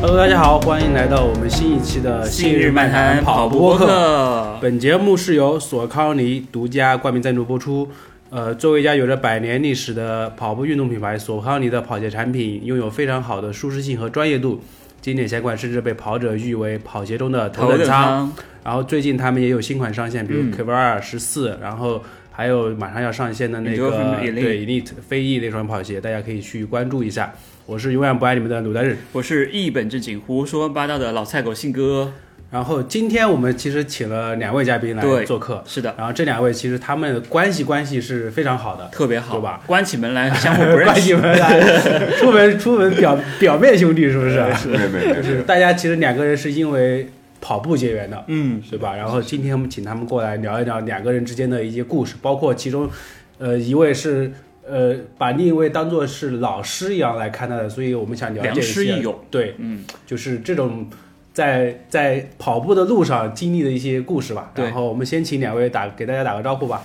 Hello，大家好，欢迎来到我们新一期的呃《信日呃漫谈跑步播客》。客，本节目是由索康尼独家冠名赞助播出。呃，作为一家有着百年历史的跑步运动品牌，索康尼的跑鞋产品拥有非常好的舒适性和专业度，经典鞋款甚至被跑者誉为跑鞋中的头头等等舱。舱，然后最近他们也有新款上线，比如嗯 Kevlar 十四，然后还有马上要上线的那个 Endorphin Elite 对 Elite 飞翼那双跑鞋，大家可以去关注一下。我是永远不爱你们的鲁丹日。我是一本正经胡说八道的老菜狗信哥。然后今天我们其实请了两位嘉宾来对做客，是的，然后这两位其实他们的关系关系是非常好的，特别好，对吧？关起门来相互不 认关识，系门来，出门出门表表面兄弟是不哎是？啊没有没有没有就没是有，大家其实两个人是因为跑步结缘的，嗯，对吧？然后今天我们请他们过来聊一聊两个人之间的一些故事，包括其中，呃，一位是呃把另一位当做是老师一样来看待的，所以我们想了解良一师益些，友，对，嗯，就是这种在在跑步的路上经历的一些故事吧。对然后我们先请两位打给大家打个招呼吧。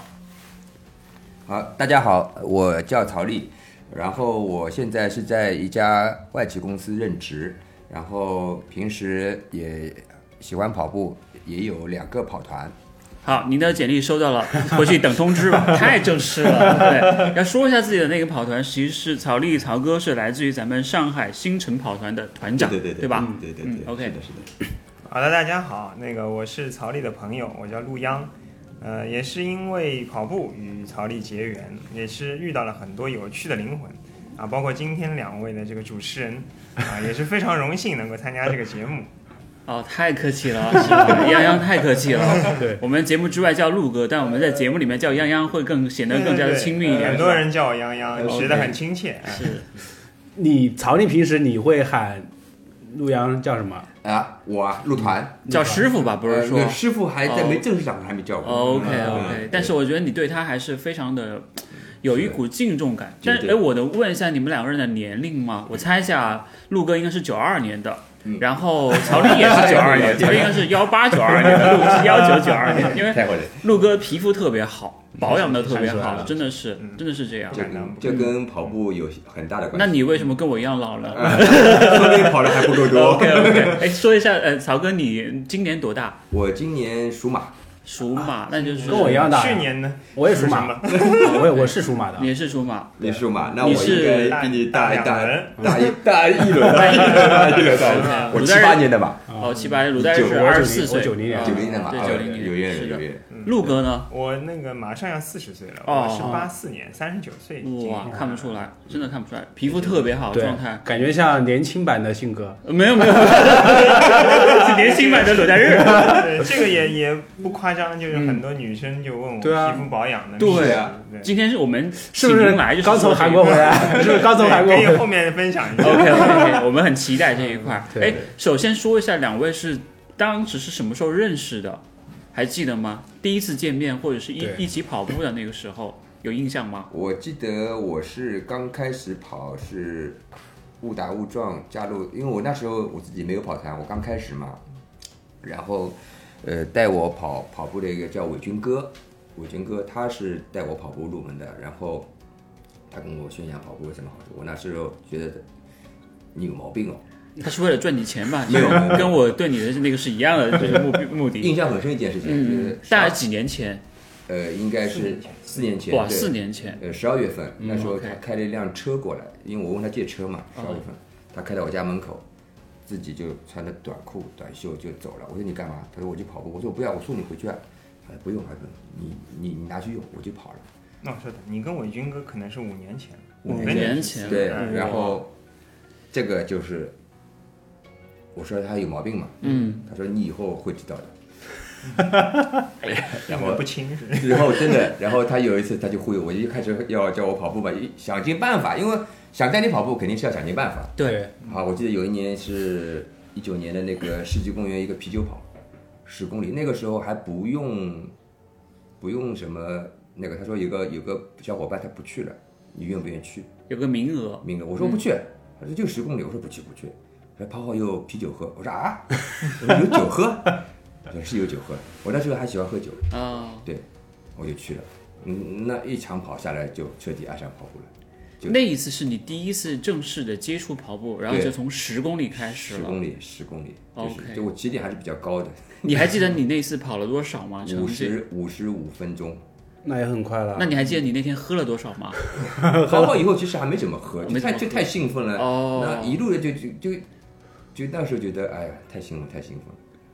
好，大家好，我叫曹丽，然后我现在是在一家外企公司任职，然后平时也喜欢跑步，也有两个跑团。好，您的简历收到了， 回去等通知 吧。太正式了，对，要说一下自己的那个跑团，其实是曹丽曹哥是来自于咱们上海新城跑团的团长，对对对吧？嗯对对对嗯，OK 是的，是的。好的，大家好，那个我是曹丽的朋友，我叫陆央，呃，也是因为跑步与曹丽结缘，也是遇到了很多有趣的灵魂啊，包括今天两位的这个主持人 啊，也是非常荣幸能够参加这个节目。哦，太客气 了，是吧泱泱太客气了。对，我们节目之外叫陆哥，但我们在节目里面叫泱泱会更显得更加的亲密一点。很多人叫我泱泱， OK 觉得很亲切。啊是你曹宁平时你会喊陆阳叫什么？啊，我啊，入团，叫师傅吧，不是说呃师傅还在哦没正式讲，还没叫我。 OK 哦嗯 OK，但是我觉得你对他还是非常的有一股敬重感。绝但对哎，我能问一下你们两个人的年龄吗？我猜一下，陆哥应该是九二年的，嗯然后曹丽也 是九二年，曹丽应该是幺八九二年的，陆是幺九九二年，因为嗯太会了，陆哥皮肤特别好，保养的特别看出来好，了真的是嗯真的是这样不。这敢当跟这跟跑步有很大的关那系。你为什么跟我一样老了嗯说 不定跑的还不够多。 ？OK OK，哎，说一下，呃，曹哥，你今年多大？我今年属马，属马，那就是跟我一样大呀去年呢，我也属属马什，我也我是属马的。你也是属马，你属马，那你我是应该比你大一大大两轮大一大一轮， 大一轮，大一轮，大一轮。我古七代人八年的吧，啊哦，七八，鲁代是九我二九十零四岁，我九零年啊九零年的嘛，对，啊九零年，有缘是人，有的。缘人。陆哥呢？ 我那个马上要四十岁了，哦我是八四年，三十九岁。嗯今哇，年看不出来，真的看不出来，皮肤特别好，嗯对状态。感觉像年轻版的性格。呃没有没有，是 年轻版的鲁代日。 对，这个也也不夸张，就是很多女生就问我对啊皮肤保养的秘对诀，啊对今天是我们是请不是您来就是刚从韩国回来？ 是不是刚从韩国可回以来？后面分享一下。 ？OK OK，我们很期待这一块。对哎，首先说一下两位是当时是什么时候认识的？还记得吗？第一次见面或者是一对一起跑步的那个时候有印象吗？我记得我是刚开始跑是误打误撞加入，因为我那时候我自己没有跑团，我刚开始嘛，然后呃带我跑跑步的一个叫伟军哥，伟军哥他是带我跑步入门的，然后他跟我宣扬跑步有什么好处，我那时候觉得你有毛病哦，他是为了赚你钱吧？没有没有没有跟我对你的那个是一样的，就是目目的。 印象很深一件事情，嗯呃，大概几年前？呃应该是四年前，哇，对四年前，呃，十二月份那时候 OK 嗯他开了一辆车过来，因为我问他借车嘛，十二月份、他开到我家门口，自己就穿着短裤短袖就走了。我说你干嘛？他说我去跑步。我说我不要，我送你回去啊。他说不用，他说你你你拿去用，我就跑了。那我说的，你跟伟军哥可能是五年前，哦五跟年你前前是对，嗯然后这个就是我说他有毛病嘛，嗯，他说你以后会知道的。然我后不清是。 然后真的，然后他有一次他就忽悠我，一开始要叫我跑步嘛，一想尽办法，因为想带你跑步肯定是要想尽办法。对，啊，我记得有一年是一九年的那个世纪公园一个啤酒跑，十公里，那个时候还不用不用什么那个，他说有个有个小伙伴他不去了，你愿不愿意去？有个名额，明哥，我说不去，他说就十公里，我说不去不去，他说跑好有啤酒喝，我说啊，我说有酒喝，他说是有酒喝，我那时候还喜欢喝酒，啊，对，我就去了，嗯，那一场跑下来就彻底爱上跑步了。就那一次是你第一次正式的接触跑步，然后对就从十公里开始十了。公里，十公里，就是 OK 就我起点还是比较高的，你还记得你那次跑了多少吗？成五绩？十五十五 分钟。那也很快了。那你还记得你那天喝了多少吗？跑跑以后其实还没怎么喝，没就怎么太喝就太兴奋了，哦嗯那一路的就就就就那时候觉得哎呀太兴奋太兴奋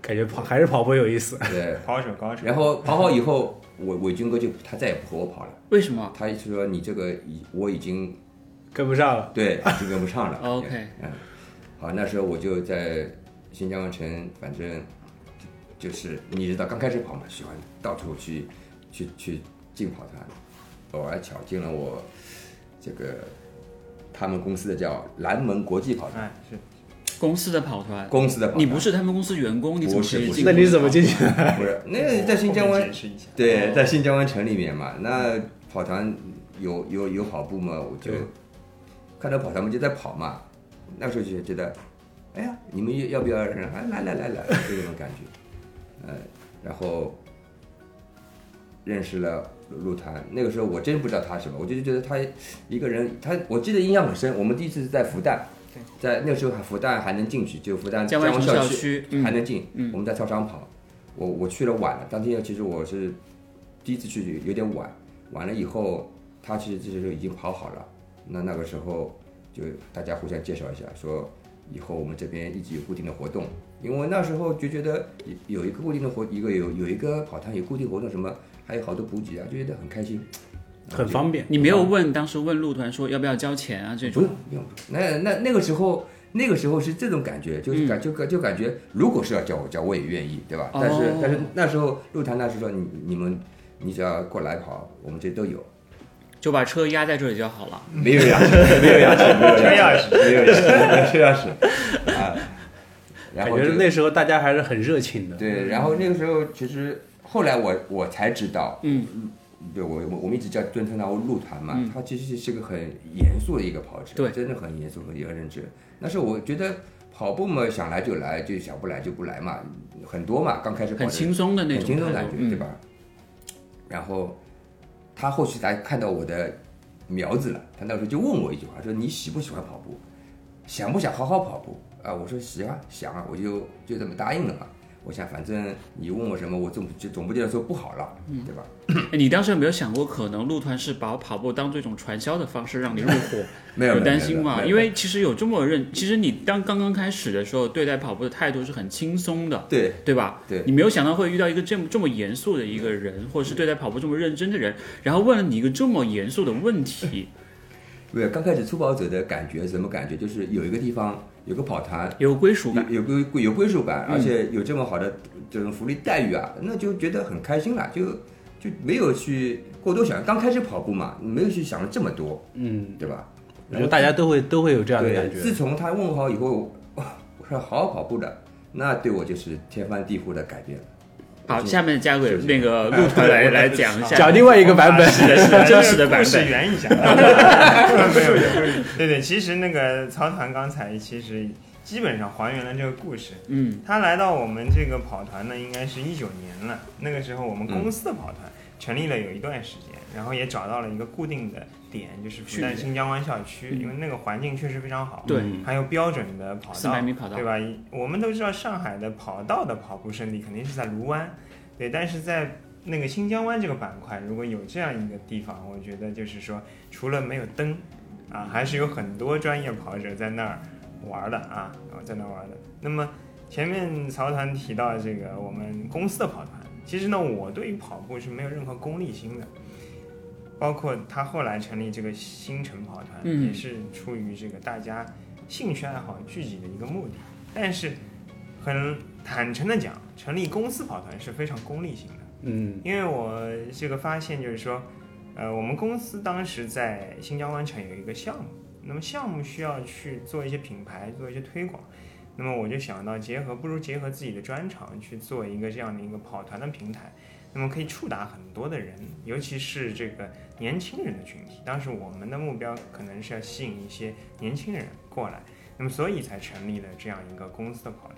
感觉跑还是跑步有意思。了，对。 高手高手。然后跑好以后，伟伟军哥就他再也不和我跑了，为什么？他就说你这个已我已经跟不上了，对已经跟不上了。 OK 嗯，好，那时候我就在新疆城，反正就是你知道刚开始跑嘛，喜欢到处去去去进跑团，偶尔巧进了我这个他们公司的叫蓝门国际跑团哎，是公司的跑团，公司的跑团，你不是他们公司员工，你怎么不是可以不是进那公司你怎么进去？不是那在新疆我后湾面解释一下，哦对，嗯在新疆湾城里面嘛，那跑团有有有跑步嘛，我就对看到跑团们就在跑嘛，那时候就觉得，哎呀，你们要要不要让？哎，来来 来来，就这种感觉，呃，然后认识了陆团，那个时候我真不知道他什么，我就觉得他一个人，他我记得印象很深，我们第一次是在复旦对。在那时候还复旦还能进去，就复旦江湾湾城校校区嗯还能进。嗯我们在操场跑，我我去了晚了，当天其实我是第一次去有点晚，晚了以后他其实这时候已经跑好了，那那个时候就大家互相介绍一下，说以后我们这边一直有固定的活动，因为那时候就觉得有有一个固定的活，一个有有一个跑团有固定活动什么，还有好多补给啊，就觉得很开心，很方便。你没有问当时问路团说要不要交钱啊这不种用不用，那那那个时候。那个时候是这种感觉，就是感就感就感觉，如果是要叫我叫，我也愿意，对吧？但是哦但是那时候陆坛那时说你你们你只要过来跑，我们这都有， 就把车压在这里就好了。没有牙齿， 没有牙齿，没有车牙钥齿，匙没有牙齿，没有牙齿啊。 然感后觉就那时候大家还是很热情的。对，嗯然后那个时候其实后来我我才知道，嗯，对我我我们一直叫尊称他为陆团嘛，嗯他其实是个很严肃的一个跑者，对真的很严肃和一个认真。那时候我觉得跑步嘛，想来就来，就想不来就不来嘛，很多嘛，刚开始跑很的时候轻松的那很种轻松态感度觉，嗯对吧？然后他后续才看到我的苗子了，他那时候就问我一句话，说你喜不喜欢跑步，想不想好好跑步啊？我说喜啊，想啊，我就就这么答应了嘛。我想反正你问我什么，我总就总不见得说不好了，对吧？哎你当时有没有想过，可能路团是把跑步当做一种传销的方式让你入伙？没有没有担心没有吗？没有因为其实有这么认，其实你当刚刚开始的时候，对待跑步的态度是很轻松的，对对吧？对你没有想到会遇到一个这么这么严肃的一个人，或者是对待跑步这么认真的人，然后问了你一个这么严肃的问题， 没有刚开始初跑者的感觉是什么感觉？就是有一个地方有个跑团，有归属感。有有归有归属感，嗯而且有这么好的这种福利待遇啊，那就觉得很开心了，就就没有去过多想。刚开始跑步嘛，没有去想了这么多，嗯，对吧？我觉得大家都会都会有这样的对感，觉。自从他问好以后，哇我说好好跑步的，那对我就是天翻地覆的改变了。好，就下面交给那个路团 来来讲一下讲另外一个版哦本，是的，是的，真实的版故事本。圆一下。没有，对对，其实那个曹团刚才其实基本上还原了这个故事。嗯，他来到我们这个跑团呢，应该是一九年了。那个时候我们公司的跑嗯团成立了有一段时间，然后也找到了一个固定的点，就是复旦去新疆湾校区，嗯因为那个环境确实非常好。对嗯还有标准的跑道， 400米跑道对吧？我们都知道上海的跑道的跑步圣地肯定是在卢湾，对，但是在那个新疆湾这个板块，如果有这样一个地方，我觉得就是说，除了没有灯，啊，还是有很多专业跑者在那儿玩的啊，然后在那儿玩的。那么前面曹团提到这个我们公司的跑团，其实呢，我对于跑步是没有任何功利心的。包括他后来成立这个新城跑团，嗯也是出于这个大家兴趣爱好聚集的一个目的。但是，很坦诚的讲，成立公司跑团是非常功利性的。嗯，因为我这个发现就是说，呃，我们公司当时在新疆湾城有一个项目，那么项目需要去做一些品牌，做一些推广，那么我就想到结合，不如结合自己的专长去做一个这样的一个跑团的平台，那么可以触达很多的人，尤其是这个年轻人的群体。当时我们的目标可能是要吸引一些年轻人过来，那么所以才成立了这样一个公司的跑团。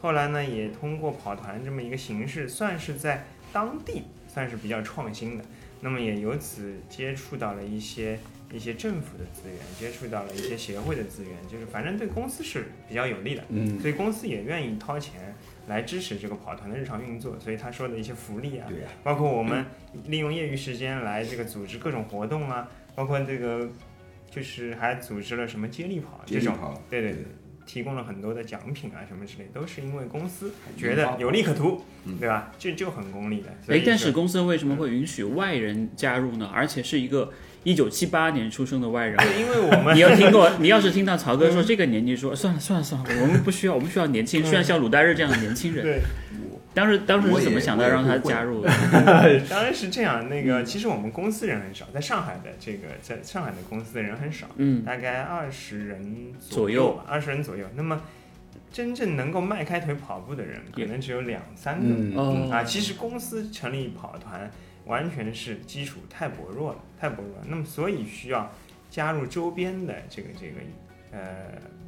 后来呢，也通过跑团这么一个形式，算是在当地算是比较创新的。那么也由此接触到了一些一些政府的资源，接触到了一些协会的资源，就是反正对公司是比较有利的，嗯所以公司也愿意掏钱来支持这个跑团的日常运作。所以他说的一些福利啊，对呀、嗯包括我们利用业余时间来这个组织各种活动啊，包括这个就是还组织了什么接力跑接这力种，跑，对对对，提供了很多的奖品啊什么之类，都是因为公司还觉有花得圃有利可图，嗯对吧？这就很功利的。所以哎，但就是公司为什么会允许外人加入呢？而且是一个一九七八年出生的外人。对因为我 们你要听过，你要是听到曹哥说这个年纪说，算了算了算了，我们不需要，我们需要年轻人，需要像鲁大日这样的年轻人。对，当时当时是怎么想到让他加入的？呃当然是这样。那嗯个其实我们公司人很少，在上海的这个在上海的公司的人很少，嗯，大概二十人左右右吧，二十人左右。那么真正能够迈开腿跑步的人，可也能只有两三个。嗯，哦啊，其实公司成立跑团完全是基础太薄弱了，太薄弱了。那么所以需要加入周边的这个这个呃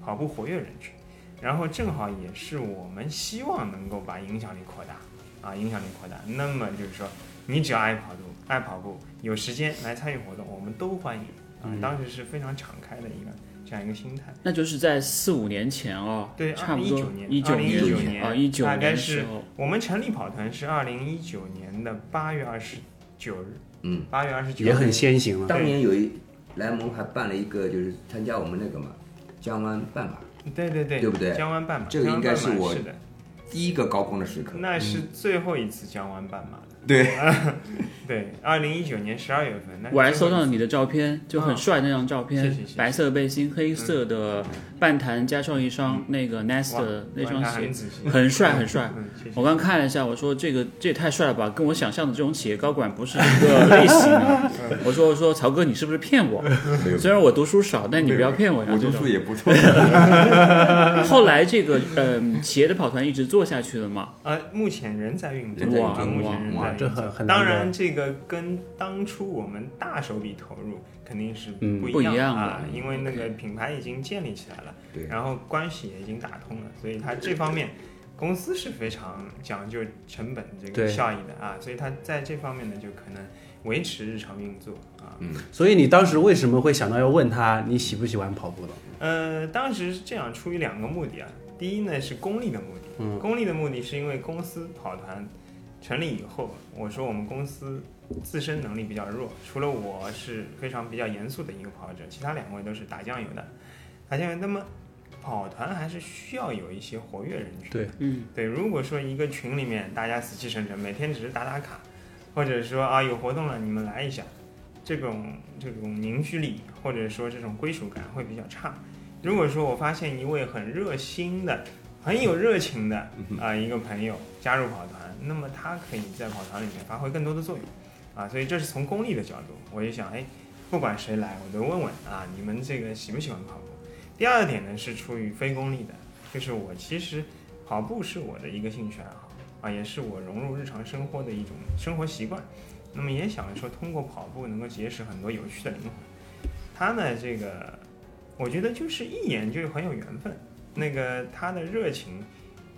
跑步活跃人群，然后正好也是我们希望能够把影响力扩大啊，影响力扩大。那么就是说，你只要爱跑步，爱跑步，有时间来参与活动，我们都欢迎啊。嗯当时是非常敞开的一个这样一个心态。那就是在四五年前哦，对差不多2019年一九2019年年啊，一九大概年的是时候，我们成立跑团是二零一九年的八月二十九日，嗯，八月二十九日也很先行了。当年有一莱蒙还办了一个，就是参加我们那个嘛江湾半马，对对对，对不对江湾半马，这个应该是我江湾半马是的，第一个高光的时刻。那是最后一次江湾半马了。对， 对，二零一九年十二月份，那是我还搜最到后一了次你的照片，就很帅那张照是片是是，白色的背心，黑色的半弹加上一双那个 Nest 的那双哇那鞋很，仔细，很帅很帅。嗯，谢谢我刚看了一下，我说这个这也太帅了吧，跟我想象的这种企业高管不是一个类型 啊。我说我说曹哥，你是不是骗我？没有虽然我读书少，但你不要骗我呀。我这读种书也不错。后来这个嗯、企业的跑团一直做下去了嘛，呃，目前仍在运作，人在运哇作目前仍在哇运这作。很很难当得然，这个跟当初我们大手笔投入肯定是嗯不不一样,、样啊了，因为那个品牌已经建立起来了， 对，然后关系也已经打通了，所以它这方面公司是非常讲究成本这对个效益的啊，所以它在这方面呢就可能维持日常运作啊。所以你当时为什么会想到要问他你喜不喜欢跑步呢？呃，当时是这样，出于两个目的啊，第一呢是功利的目的，嗯功利的目的是因为公司跑团成立以后，我说我们公司自身能力比较弱，除了我是非常比较严肃的一个跑者，其他两位都是打酱油的，打酱油。那么跑团还是需要有一些活跃人群，对嗯，对，如果说一个群里面大家死气沉沉，每天只是打打卡，或者说啊有活动了你们来一下，这种这种凝聚力或者说这种归属感会比较差。如果说我发现一位很热心的、很有热情的啊、一个朋友加入跑团，那么他可以在跑团里面发挥更多的作用啊，所以这是从功利的角度，我就想哎，不管谁来我都问问啊，你们这个喜不喜欢跑步？第二点呢是出于非功利的，就是我其实跑步是我的一个兴趣爱好啊，也是我融入日常生活的一种生活习惯。那么也想说，通过跑步能够结识很多有趣的灵魂。他呢，这个我觉得就是一眼就很有缘分，那个他的热情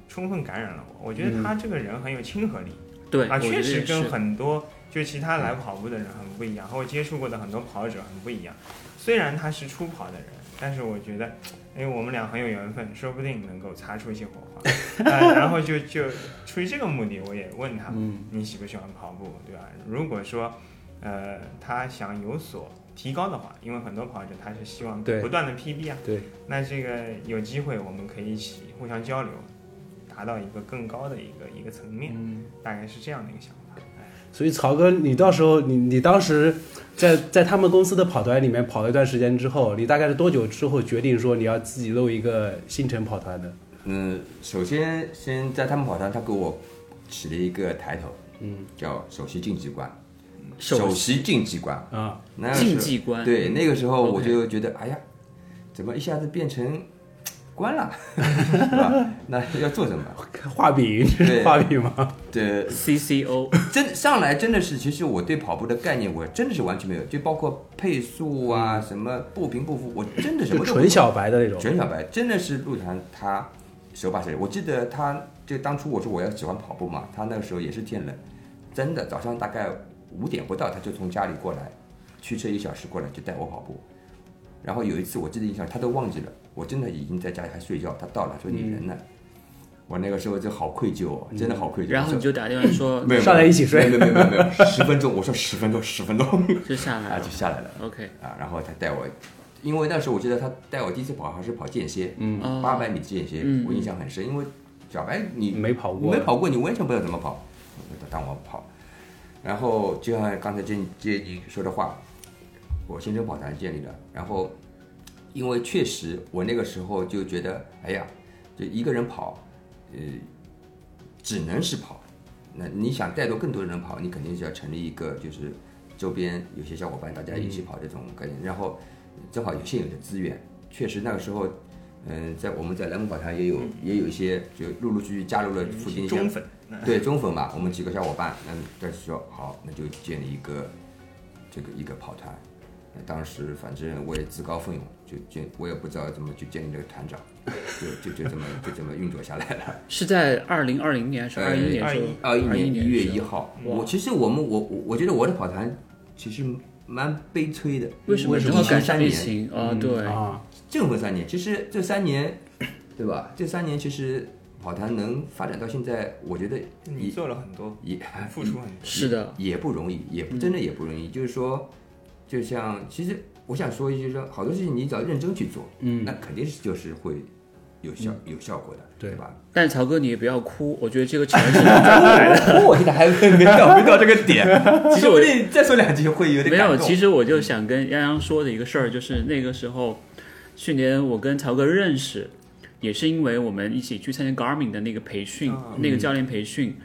充分感染了我。我觉得他这个人很有亲和力、对，啊，我觉得确实也是跟很多就其他来跑步的人很不一样，和我接触过的很多跑者很不一样。虽然他是初跑的人，但是我觉得，哎，我们俩很有缘分，说不定能够擦出一些火 花。呃、然后就就出于这个目的，我也问他，嗯你喜不喜欢跑步，对吧？如果说，呃，他想有所提高的话，因为很多跑者他是希望对不断的 PB 啊，对，那这个有机会我们可以一起互相交流，达到一个更高的一个一个层面，嗯大概是这样的一个想法。所以曹哥，你到时候你你当时在在他们公司的跑团里面跑了一段时间之后，你大概是多久之后决定说你要自己弄一个新城跑团的？嗯，首先先在他们跑团，他给我起了一个抬头，嗯，叫首席竞技官，首首席竞技官。啊，那个时候竞技观，对，那个时候 OK 我就觉得，哎呀，怎么一下子变成官了？ 是吧？那要做什么？画饼，这是对画饼吗？对， CCO 真上来真的是，其实我对跑步的概念，我真的是完全没有，就包括配速啊，什么步频步幅，我真的什就么都不纯小白的那种。全小白真的是陆团他手把手，我记得他就当初我说我要喜欢跑步嘛，他那个时候也是天冷，真的早上大概五点不到他就从家里过来，驱车一小时过来就带我跑步。然后有一次我记得印象，他都忘记了，我真的已经在家里还睡觉，他到了说你嗯人呢？我那个时候就好愧疚哦，真的好愧嗯疚。然后你就打电话说没有上来一起睡没有没有没有没有，十分钟，我说十分钟，十 分钟就下来啊，就了。下来了 OK，啊，然后他带我，因为那时候我记得他带我第一次跑还是跑间歇，哦八百米间歇嗯，我印象很深，因为小白你没跑过，没跑过，你完全不知道怎么跑，但我跑。然后就像刚才接你接你说的话，我新生跑团建立了，然后因为确实我那个时候就觉得，哎呀，就一个人跑，呃，只能是跑。那你想带动更多人跑，你肯定是要成立一个就是周边有些小伙伴大家一起跑这种概念，然后正好有现有的资源，确实那个时候。嗯，在我们在莱姆跑团也有、也有一些，就陆陆续续加入了附近一些忠粉，对中粉嘛，我们几个小伙伴，嗯，但是说好，那就建立一个这个一个跑团。那当时反正我也自告奋勇，就建我也不知道怎么去建立这个团长，就就就这么就这么运作下来了。是在二零二零年还是二一年呃时候？二一21年年一月是吧一号，哇我其实我们我我我觉得我的跑团其实蛮悲催的，为什么正正好好赶上三疫年？嗯情啊？对，啊，正合三年，其实这三 年，对吧？这三年其实跑团能发展到现在，我觉得嗯你做了很多，也付出很多，是的，嗯也不容易，也不真的也不容易。就是说，就像其实我想说一句，就是说好多事情你只要认真去做，嗯，那肯定是就是会有效、嗯有效果的，对对吧？但是曹哥你也不要哭，我觉得这个钱是能赚回来的。我现在还没到没到这个点，其实说我不定再说两句会有点没有，其实实我就想跟泱泱说的一个事儿，就是那个时候，去年我跟曹哥认识，也是因为我们一起去参加 Garmin 的那个培训，啊那个教练培训。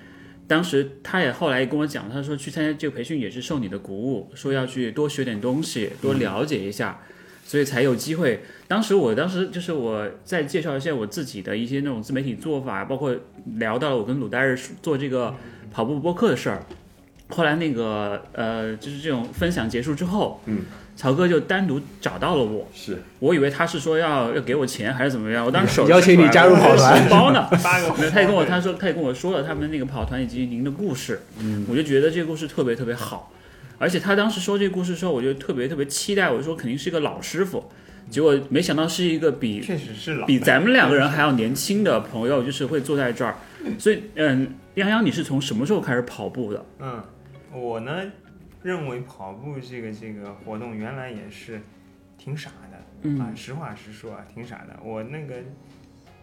当时他也后来跟我讲，他说去参加这个培训也是受你的鼓舞，说要去多学点东西，多了解一下，所以才有机会。当时我当时就是我在介绍一些我自己的一些那种自媒体做法，包括聊到了我跟鲁代日做这个跑步播客的事儿。后来那个呃，就是这种分享结束之后，嗯，曹哥就单独找到了我，是我以为他是说要要给我钱还是怎么样，我当时手邀请 你加入跑团手包呢， 八个没有，他也跟 我他说，他也跟我说了他们那个跑团以及您的故事，嗯，我就觉得这个故事特别特别好，而且他当时说这个故事的时候，我就特别特别期待，我说肯定是一个老师傅，结果没想到是一个 比确实是老比咱们两个人还要年轻的朋友，就是会坐在这儿，所以嗯，泱泱你是从什么时候开始跑步的？嗯，我呢认为跑步这个这个活动原来也是挺傻的、啊，嗯实话实说啊，挺傻的。我那个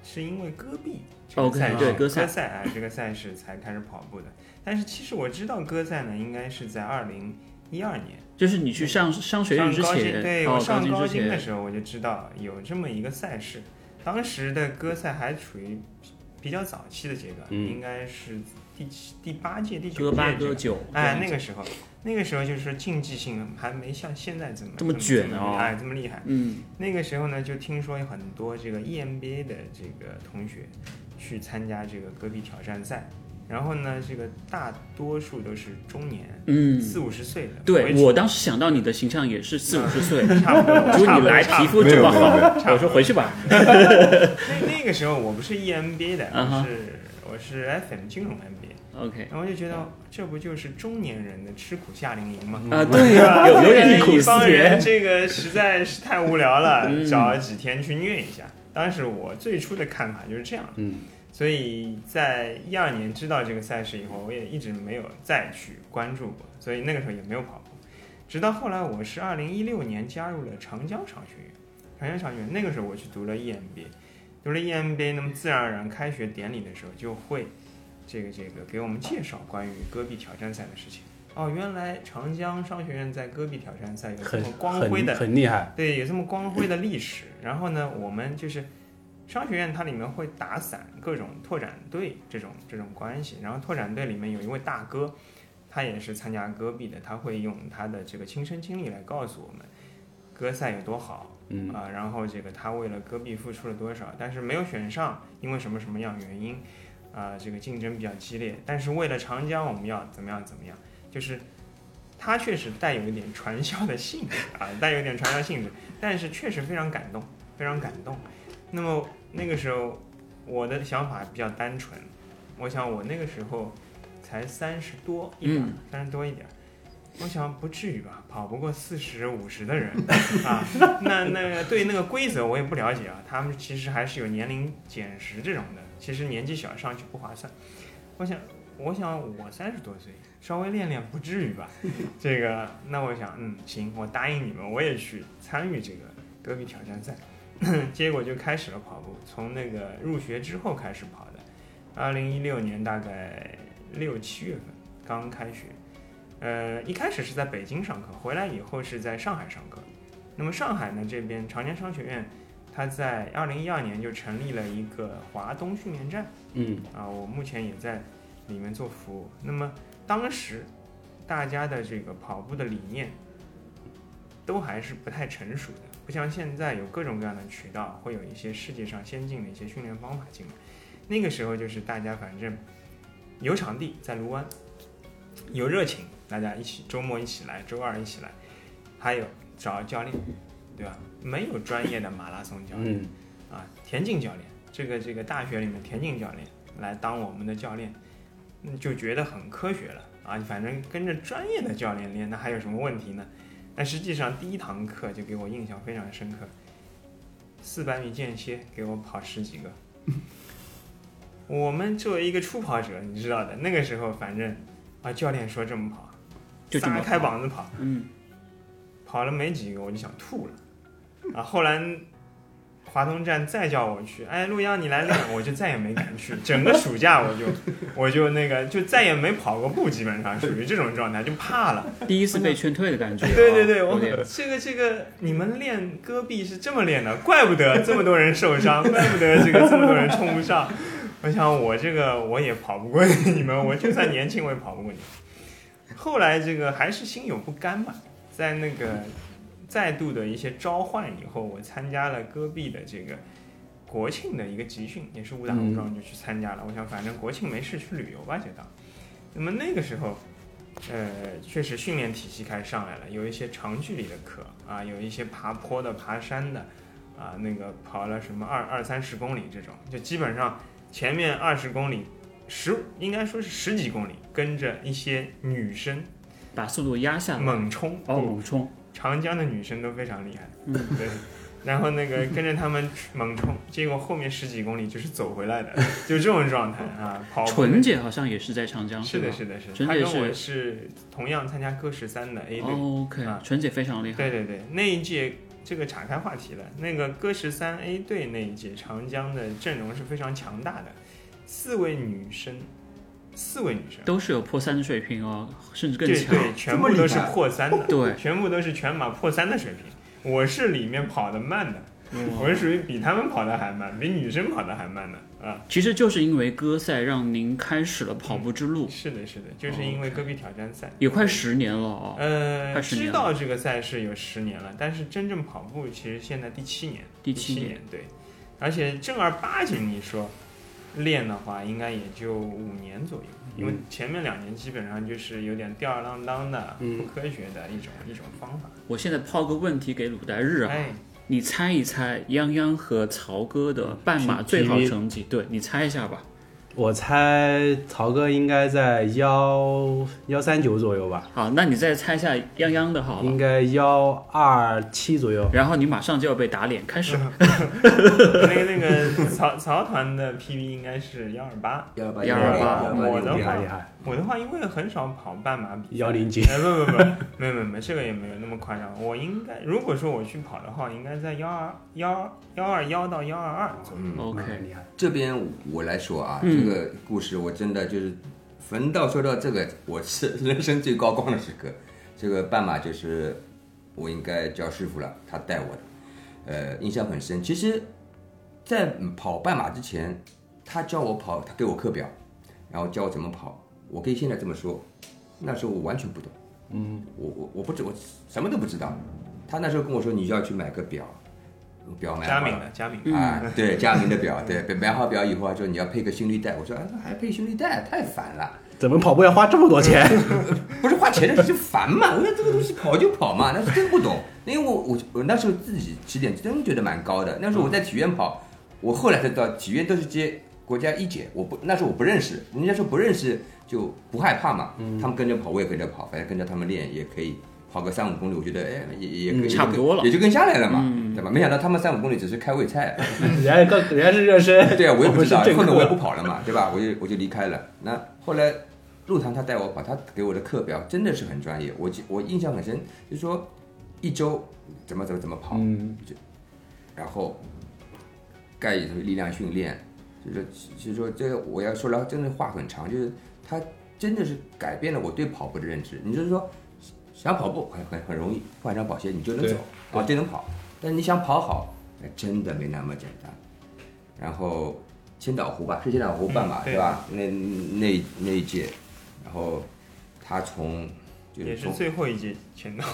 是因为戈壁这个 OK，赛事哦对戈戈赛赛啊这个赛事才开始跑步的。但是其实我知道戈赛呢，应该是在二零一二年就是你去上上学上之高前，中对哦我上高高之中的前，时候我就知道有这么一个赛事，当时的歌赛还处于比较早期的阶段，嗯应该是第七、第八届、第九哥届八这哥个九，哎，对那个时候，那个时候就是说竞技性还没像现在这么这么卷这哦么哎，这么厉害。嗯那个时候呢，就听说有很多这个 E EMBA 的这个同学去参加这个戈壁挑战赛，然后呢，这个大多数都是中年，嗯，四五十岁的。对为我当时想到你的形象也是四五十岁，差不多，结果你差不多来差不皮多肤这么没有没有好，我说回去吧。那那个时候我不是 E EMBA 的，啊哈我是我是 FM 金融 MBA，OK 然后就觉得这不就是中年人的吃苦夏令营吗？ 啊，对呀，有有点一忆苦思帮人甜，这个实在是太无聊了嗯，找几天去虐一下。当时我最初的看法就是这样，嗯，所以在一二年知道这个赛事以后，我也一直没有再去关注过，所以那个时候也没有跑步。直到后来，我是二零一六年加入了长江商学院，长江商学院那个时候我去读了 EMBA，读了 EMBA，那么自然而然开学典礼的时候就会这个这个给我们介绍关于戈壁挑战赛的事情。哦，原来长江商学院在戈壁挑战赛有这很么光辉很的很厉害，对，有这么光辉的历史。然后呢，我们就是商学院，它里面会打散各种拓展队这种这种关系。然后拓展队里面有一位大哥，他也是参加戈壁的，他会用他的这个亲身经历来告诉我们戈赛有多好。嗯啊、然后这个他为了戈壁付出了多少，但是没有选上，因为什么什么样原因，啊、这个竞争比较激烈，但是为了长江，我们要怎么样怎么样，就是他确实带有一点传销的性质啊、带有一点传销性质， 但是确实非常感动，非常感动。那么那个时候我的想法比较单纯，我想我那个时候才三十多一点儿嗯，三十、多一点儿，我想不至于吧，跑不过四十五十的人啊。那那个对那个规则我也不了解啊，他们其实还是有年龄减十这种的，其实年纪小上去不划算。我想，我想我三十多岁，稍微练练不至于吧？这个，那我想，嗯，行，我答应你们，我也去参与这个戈壁挑战赛。 结果就开始了跑步，从那个入学之后开始跑的，二零一六年大概六七月份刚开学，呃，一开始是在北京上课，回来以后是在上海上课。那么上海呢这边长江商学院，它在二零一二年就成立了一个华东训练站。嗯，啊，我目前也在里面做服务。那么当时大家的这个跑步的理念都还是不太成熟的，不像现在有各种各样的渠道，会有一些世界上先进的一些训练方法进来。那个时候就是大家反正有场地在卢湾，有热情，大家一起周末一起来，周二一起来，还有找教练，对吧？没有专业的马拉松教练。嗯，啊，田径教练，这个这个大学里面田径教练来当我们的教练，嗯，就觉得很科学了啊。反正跟着专业的教练练，那还有什么问题呢？但实际上第一堂课就给我印象非常深刻，四百米间歇给我跑十几个。我们作为一个初跑者，你知道的，那个时候反正啊，教练说这么跑，就这撒么开跑膀子跑，嗯，跑了没几个我就想吐了，啊，后来华东站再叫我去，哎，陆阳你来练，我就再也没敢去，整个暑假我就我就那个就再也没跑过步，基本上属于这种状态，就怕了。第一次被劝退的感觉啊。 对对对，我有点这个这个，你们练戈壁是这么练的，怪不得这么多人受伤，怪不得这个这么多人冲不上。我想我这个我也跑不过你们，我就算年轻我也跑不过你们。后来这个还是心有不甘吧，在那个再度的一些召唤以后，我参加了戈壁的这个国庆的一个集训，也是误打嗯误撞就去参加了。我想反正国庆没事去旅游吧，就当。那么那个时候，呃，确实训练体系开始上来了，有一些长距离的课啊，有一些爬坡的、爬山的，啊，那个跑了什么二二三十公里这种，就基本上前面二十公里十应该说是十几公里，跟着一些女生把速度压下来。猛冲哦，猛冲，长江的女生都非常厉害，嗯对。然后那个跟着他们猛冲，结果后面十几公里就是走回来的， 就这种状态啊，跑步纯姐好像也是在长江，是的，吧是的，是的，纯他姐跟我是是同样参加歌十三的 A 队，哦 OK，啊纯姐非常厉害。对对对，那一届这个岔开话题了。那个歌十三 A 队那一届，长江的阵容是非常强大的，四位女生，四位女生，都是有破三的水平哦，甚至更对强。对，全部这么都厉是害破三的， 对全部都是全马破三的水平。我是里面跑得慢的，哇我是属于比他们跑得还慢，比女生跑得还慢的啊。其实就是因为歌赛让您开始了跑步之路，是的，是的，哦就是因为戈壁挑战赛。也快十年了哦，呃，快十年知了道这个赛事有十年了，但是真正跑步其实现在第七年，第七七年对，而且正儿八经你说练的话，应该也就五年左右，因嗯为前面两年基本上就是有点吊儿郎当的、嗯不科学的一种一种方法。我现在抛个问题给鲁代日啊， 哎，你猜一猜泱泱和曹哥的半马最好成绩？对你猜一下吧。我猜曹哥应该在幺幺三九左右吧，好，那你再猜一下泱泱的好应嗯了，该幺二七左右。然后你马上就要被打脸，开始吧。嗯那个那个曹曹团的 PB 应该是幺二八，幺八128我的厉话害厉害，我的话因为很少跑半马比赛幺零几，哎，不不不，没有没有没有，这个也没有那么夸张。我应该如果说我去跑的话，应该在幺二幺幺二幺到幺二二左右。嗯，嗯 OK，厉害。这边我来说啊，嗯这个故事我真的就是，冯道说到这个，我是人生最高光的时刻。这个半马就是我应该叫师傅了，他带我的，呃，印象很深。其实，在跑半马之前，他教我跑，他给我课表，然后教我怎么跑。我可以现在这么说，那时候我完全不懂，嗯，我我我不知我什么都不知道。他那时候跟我说，你要去买个表，表买佳好敏了的佳嗯敏，啊，对，佳明的表，对，买好表以后，他啊说你要配个胸绿带，我说啊，还配胸绿带，太烦了，怎么跑步要花这么多 钱？不是花钱的事，就烦嘛。 我说这个东西跑就跑嘛，那是真不懂，因为我我我那时候自己起点真觉得蛮高的，那时候我在体院跑，我后来才知道体院都是接国家一姐，我不那时候我不认识，人家说不认识就不害怕嘛，嗯他们跟着跑我也跟着跑，反正跟着他们练也可以。跑个三五公里，我觉得哎也也也可以嗯差不多了嗯也就跟下来了嘛，对吧？没想到他们三五公里只是开胃菜，人家更人家是热身， 对啊，我也不知道，我们是正后来我也课不跑了嘛，对吧？我就我就离开了。那后来陆唐他带我跑，他给我的课表真的是很专业，我记我印象很深，就是说一周怎么怎么怎么跑，嗯，然后盖里头力量训练，就是就是说这个我要说来真的话很长，就是他真的是改变了我对跑步的认知。你就是说想跑步很很很容易，换双跑鞋你就能对走啊，就能跑，但你想跑好，那真的没那么简单。然后千岛湖吧，是千岛湖半马、嗯对是吧？那那那一届，然后他从就也是从最后一届全嗯到，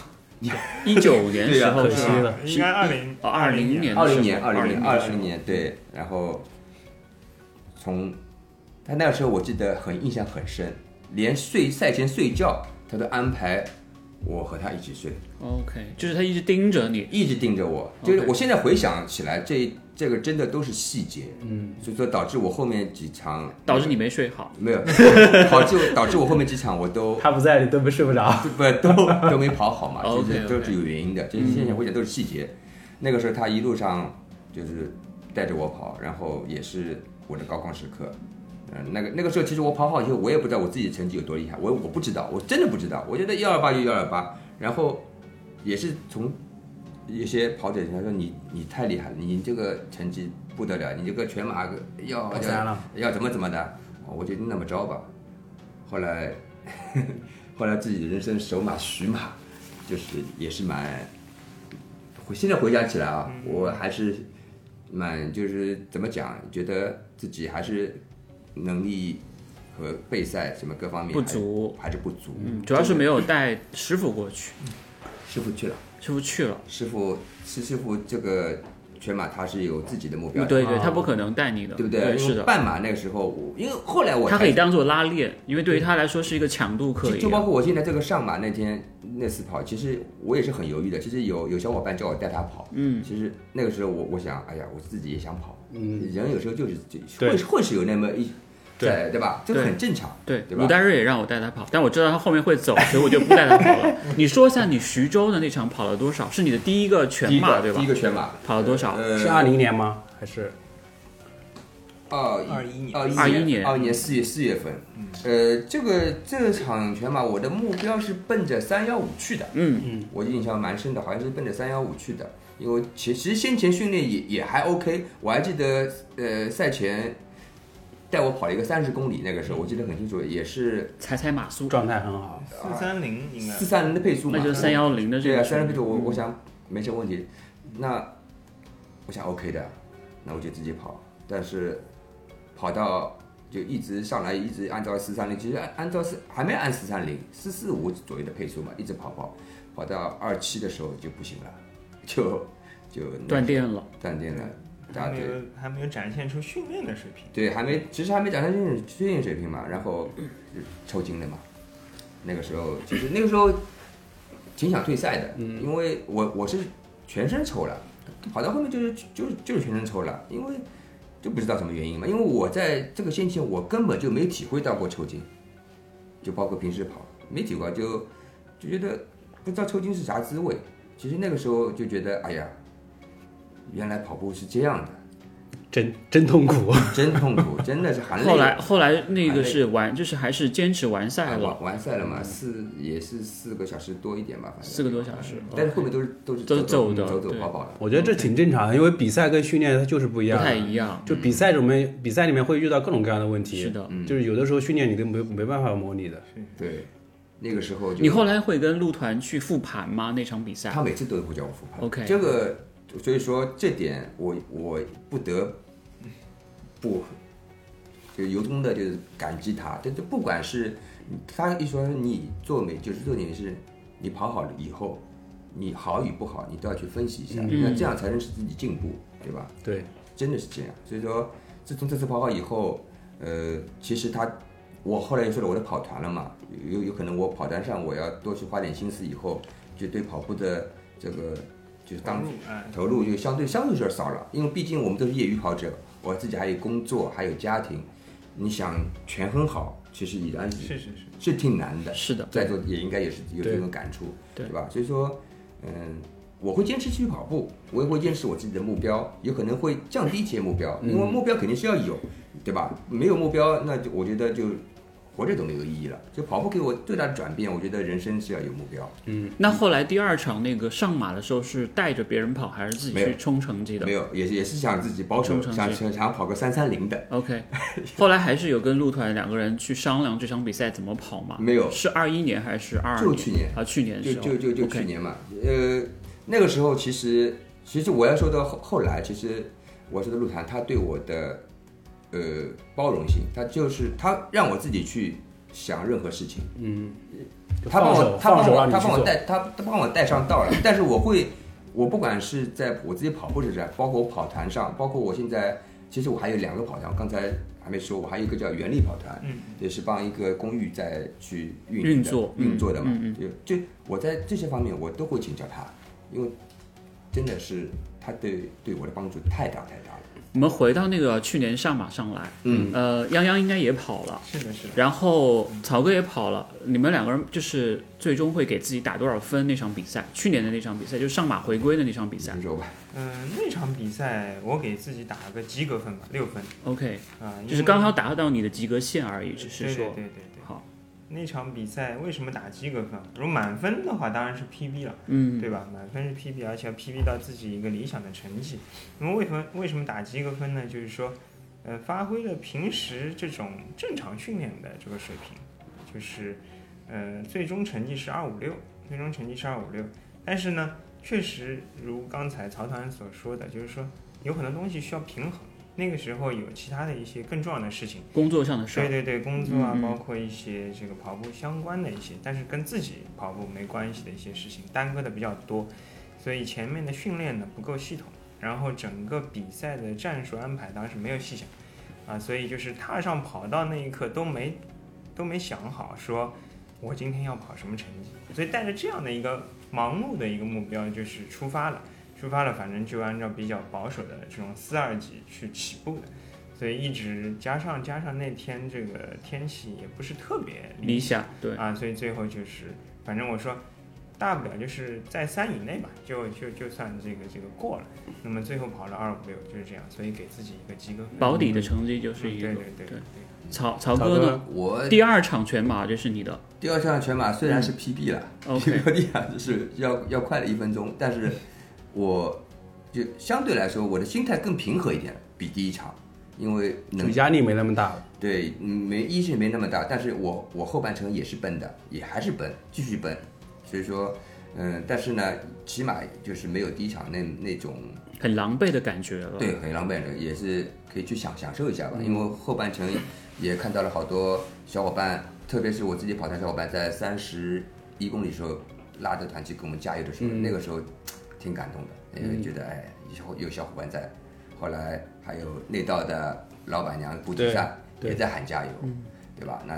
一九年 对时啊候可是惜吧了 应该嗯二零哦20年年二零年年，二零20年，年二零年，对。然后从他那个时候，我记得很印象很深，连睡赛前睡觉，他都安排我和他一起睡， ，OK，就是他一直盯着你，一直盯着我。就是 OK 我现在回想起来，这这个真的都是细节，嗯，所以说导致我后面几场导致你没睡好。没有，导致导致我后面几场我都他不在你都不睡不着，不都都没跑好嘛，其 OK，实 OK 都是有原因的，这些现嗯象或者都是细节。那个时候他一路上就是带着我跑，然后也是我的高光时刻。嗯，那个那个时候其实我跑好以后，我也不知道我自己成绩有多厉害，我我不知道，我真的不知道。我觉得幺二八就幺二八，然后也是从一些跑者他说你你太厉害了，你这个成绩不得了，你这个全马要跑要三了，要怎么怎么的，哦我就那么着吧。后来， 后来自己的人生首马徐马，就是也是蛮，回现在回想起来啊，嗯我还是蛮就是怎么讲，觉得自己还是能力和备赛什么各方面不还是足，还是不足。嗯，主要是没有带师傅过去，师傅去了，师傅去了。师傅是师傅这个全马他是有自己的目标的，对对，啊他不可能带你的，对嗯不对？因是为的，半马那个时候，我因为后来我他可才以当做拉练，因为对于他来说是一个强度课就一就包样。括我现在这个上马那天那次跑，其实我也是很犹豫的。其实有有小伙伴叫我带他跑，嗯，其实那个时候我我想，哎呀，我自己也想跑，嗯，人有时候就是就对会会是有那么一，对在对吧？这个对很正常，对，对吧鲁大瑞也让我带他跑，但我知道他后面会走，所以我就不带他跑了。你说一下你徐州的那场跑了多少？是你的第一个全第一马个对吧第一？个全马跑了多少？呃，是二零年吗？还是二二一年，二一21年年二一年四月四月份，呃，这个这场全马我的目标是奔着三幺五去的，嗯嗯，我印象蛮深的，好像是奔着三幺五去的，因为其其实先前训练也也还 OK，我还记得呃赛前带我跑了一个三十公里，那个时候我记得很清楚，也是踩踩马速，状态很好？四三零应该四三零的配速嘛，那就是三幺零的这对个啊，数三十配速我我想没什么问题，那我想 OK 的，那我就自己跑，但是跑到就一直上来，一直按照四三零，其实按按照四还没按四三零，四四五左右的配速嘛，一直跑跑，跑到二七的时候就不行了，就就那断电了。断电了，还大没队有还没有展现出训练的水平。对，还没，其实还没展现训练训练水平嘛，然后嗯就抽筋了嘛。那个时候，其实那个时候挺想退赛的，嗯因为我我是全身抽了，跑到后面就是就是就是全身抽了，因为就不知道什么原因嘛。因为我在这个先前我根本就没体会到过抽筋，就包括平时跑没体会到就就觉得不知道抽筋是啥滋味。其实那个时候就觉得，哎呀，原来跑步是这样的，真真痛苦，真痛苦，真的是含泪。后来后来那个是完，就是还是坚持完赛啊了完完赛了嘛，四也是四个小时多一点吧，反正嗯四个多小时。但是后面都是都是都是走走的走走对跑跑的。我觉得这挺正常的，因为比赛跟训练它就是不一不样的。太一样。就比赛里面，比赛里面会遇到各种各样的问嗯题，是的，就是有的时候训练你都没没办法模拟的。对，那个时候就你后来会跟陆团去复盘吗？那场比赛他每次都会叫我复盘。 OK 这个所以说这点我我不得不就由衷的就是感激他，但是不管是他一说你做每就是重点是你跑好了以后，你好与不好你都要去分析一下，嗯那这样才能使自己进步，对吧？对，真的是这样。所以说，自从这次跑跑以后，呃，其实他，我后来又说了我的跑团了嘛，有有可能我跑团上我要多去花点心思，以后就对跑步的这个就是投当入，哎，投入就相对相对有点少了，因为毕竟我们都是业余跑者，我自己还有工作，还有家庭，你想权衡好，其实已然是是是，是挺难的。是的，在座也应该也是有对这种感触，对吧？所以说，嗯，我会坚持去跑步，我也会坚持我自己的目标，有可能会降低一些目标，因嗯为目标肯定是要有，对吧？没有目标，那就我觉得就活着都没有意义了。就跑步给我最大的转变，我觉得人生是要有目标，那后来第二场那个上马的时候是带着别人跑，还是自己没有去冲成绩的没有也是也是想自己保守，冲上想去想想跑个三三零的， ？OK，后 来还是有跟陆团两个人去商量这场比赛怎么跑嘛？没有是二一年还是二二就去年啊，去年的就时候就就就 OK 去年嘛呃，那个时候其实其实我要说到后后来，其实我说的鹿晗他对我的呃包容性，他就是他让我自己去想任何事情，就他帮放我手他放帮手我让你他去帮我做，带他他帮我带上道了，但是我会我不管是在我自己跑步是在，包括我跑团上，包括我现在其实我还有两个跑团，刚才还没说，我还有一个叫原力跑团，嗯，也是帮一个公寓在去运运营的作嗯运作的嘛。嗯就就我在这些方面我都会请教他，因为真的是他对对我的帮助太大太大了。我们回到那个去年上马上来，嗯，呃，泱泱应该也跑了，是的是的，然后曹哥也跑了，你们两个人就是最终会给自己打多少分那场比赛？去年的那场比赛就是上啊马回归的那场比赛你说吧，嗯、那场比赛我给自己打个及格分吧，六分， ，OK，啊、就是刚好达到你的及格线而已，只是对对说对对对。好，那场比赛为什么打及格分？如果满分的话，当然是 PB 了，嗯，对吧？满分是 PB，而且要 PB 到自己一个理想的成绩。那么为什么为什么打及格分呢？就是说，呃，发挥了平时这种正常训练的这个水平，就是，呃，最终成绩是二五六，最终成绩是二五六。但是呢，确实如刚才曹团所说的，就是说有很多东西需要平衡。那个时候有其他的一些更重要的事情。工作上的事对儿，对对，工作啊嗯嗯，包括一些这个跑步相关的一些，但是跟自己跑步没关系的一些事情，耽搁的比较多，所以前面的训练呢不够系统，然后整个比赛的战术安排当时没有细想，啊，所以就是踏上跑道那一刻都没都没想好说。我今天要跑什么成绩？所以带着这样的一个盲目的一个目标，就是出发了，出发了，反正就按照比较保守的这种四二级去起步的。所以一直加上加上那天这个天气也不是特别理想，对，啊，所以最后就是反正我说大不了就是在三以内吧，就就就算这个这个过了。那么最后跑了二五六就是这样，所以给自己一个及格分。保底的成绩就是嗯一个对对对对，曹曹曹哥哥呢？我第二场全马这是你的第二项全马虽然是 PB 了。 ，OK，比利亚就是要要快了一分钟，但是我就相对来说我的心态更平和一点，比第一场，因为能就压力没那么大了。对嗯没一是没那么大，但是我我后半程也是奔的，也还是奔，继续奔，所以说嗯，但是呢，起码就是没有第一场那那种很狼狈的感觉了，对，很狼狈的，也是可以去享享受一下吧。因为后半程也看到了好多小伙伴，特别是我自己跑团小伙伴，在三十一公里时候拉着团去给我们加油的时候，嗯那个时候挺感动的，因为嗯觉得哎，有有小伙伴在。后来还有内道的老板娘顾吉善对对也在喊加油，嗯对吧？那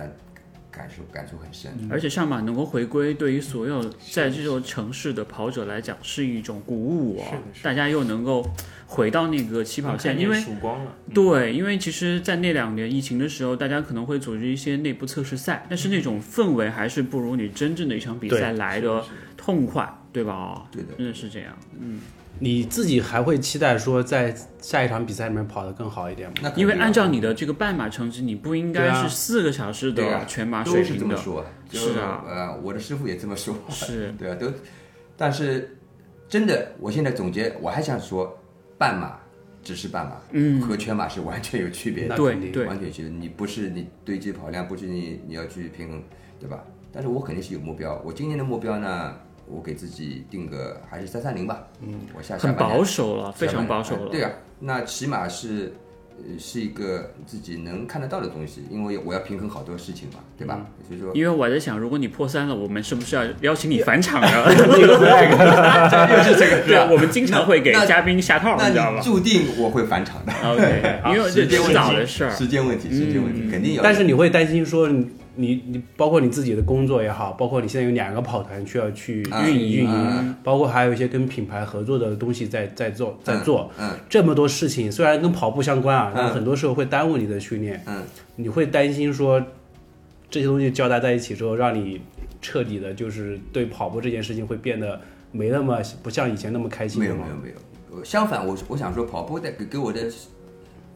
感受感触很深。而且上马能够回归，对于所有在这座城市的跑者来讲是一种鼓舞啊、是的是的大家又能够回到那个起跑线，因为嗯曙光了，对，因为其实，在那两年疫情的时候，大家可能会组织一些内部测试赛，但是那嗯种氛围还是不如你真正的一场比赛来的痛快，对吧？对的真的是这样，你自己还会期待说在下一场比赛里面跑得更好一点吗？那肯定因为要按照你的这个半马成绩，你不应对该啊是四个小时对啊的全马水都是这平么的，说，就是啊呃，我的师傅也这么说，是对啊，都，但是真的，我现在总结，我还想说，半马只是半马，嗯，和全马是完全有区别的，那肯对定对完全有区别。你不是你堆积跑量，不是你你要去平衡，对吧？但是我肯定是有目标，我今年的目标呢，我给自己定个还是三三零吧，嗯，我下下很半年保守了，非常保守呃了。对啊，那起码是呃是一个自己能看得到的东西，因为我要平衡好多事情嘛，对吧？所以说因为我还在想，如果你破三了，我们是不是要邀请你返场啊 呢？又是这个对，我们经常会给那嘉宾下套，那你知道你吧注定我会返场的， ？OK，因为这时间迟问早题的事儿。嗯时间问题，时间问题，肯定要。但是你会担心说你你你包括你自己的工作也好，包括你现在有两个跑团需要去啊运营运嗯营，包括还有一些跟品牌合作的东西在在做在做，嗯这么多事情虽然跟跑步相关啊，但嗯很多时候会耽误你的训练，嗯，你会担心说这些东西交杂在一起之后，让你彻底的就是对跑步这件事情会变得没那么不像以前那么开心没有了没吗有？没有，呃相反，我我想说，跑步在给给我的时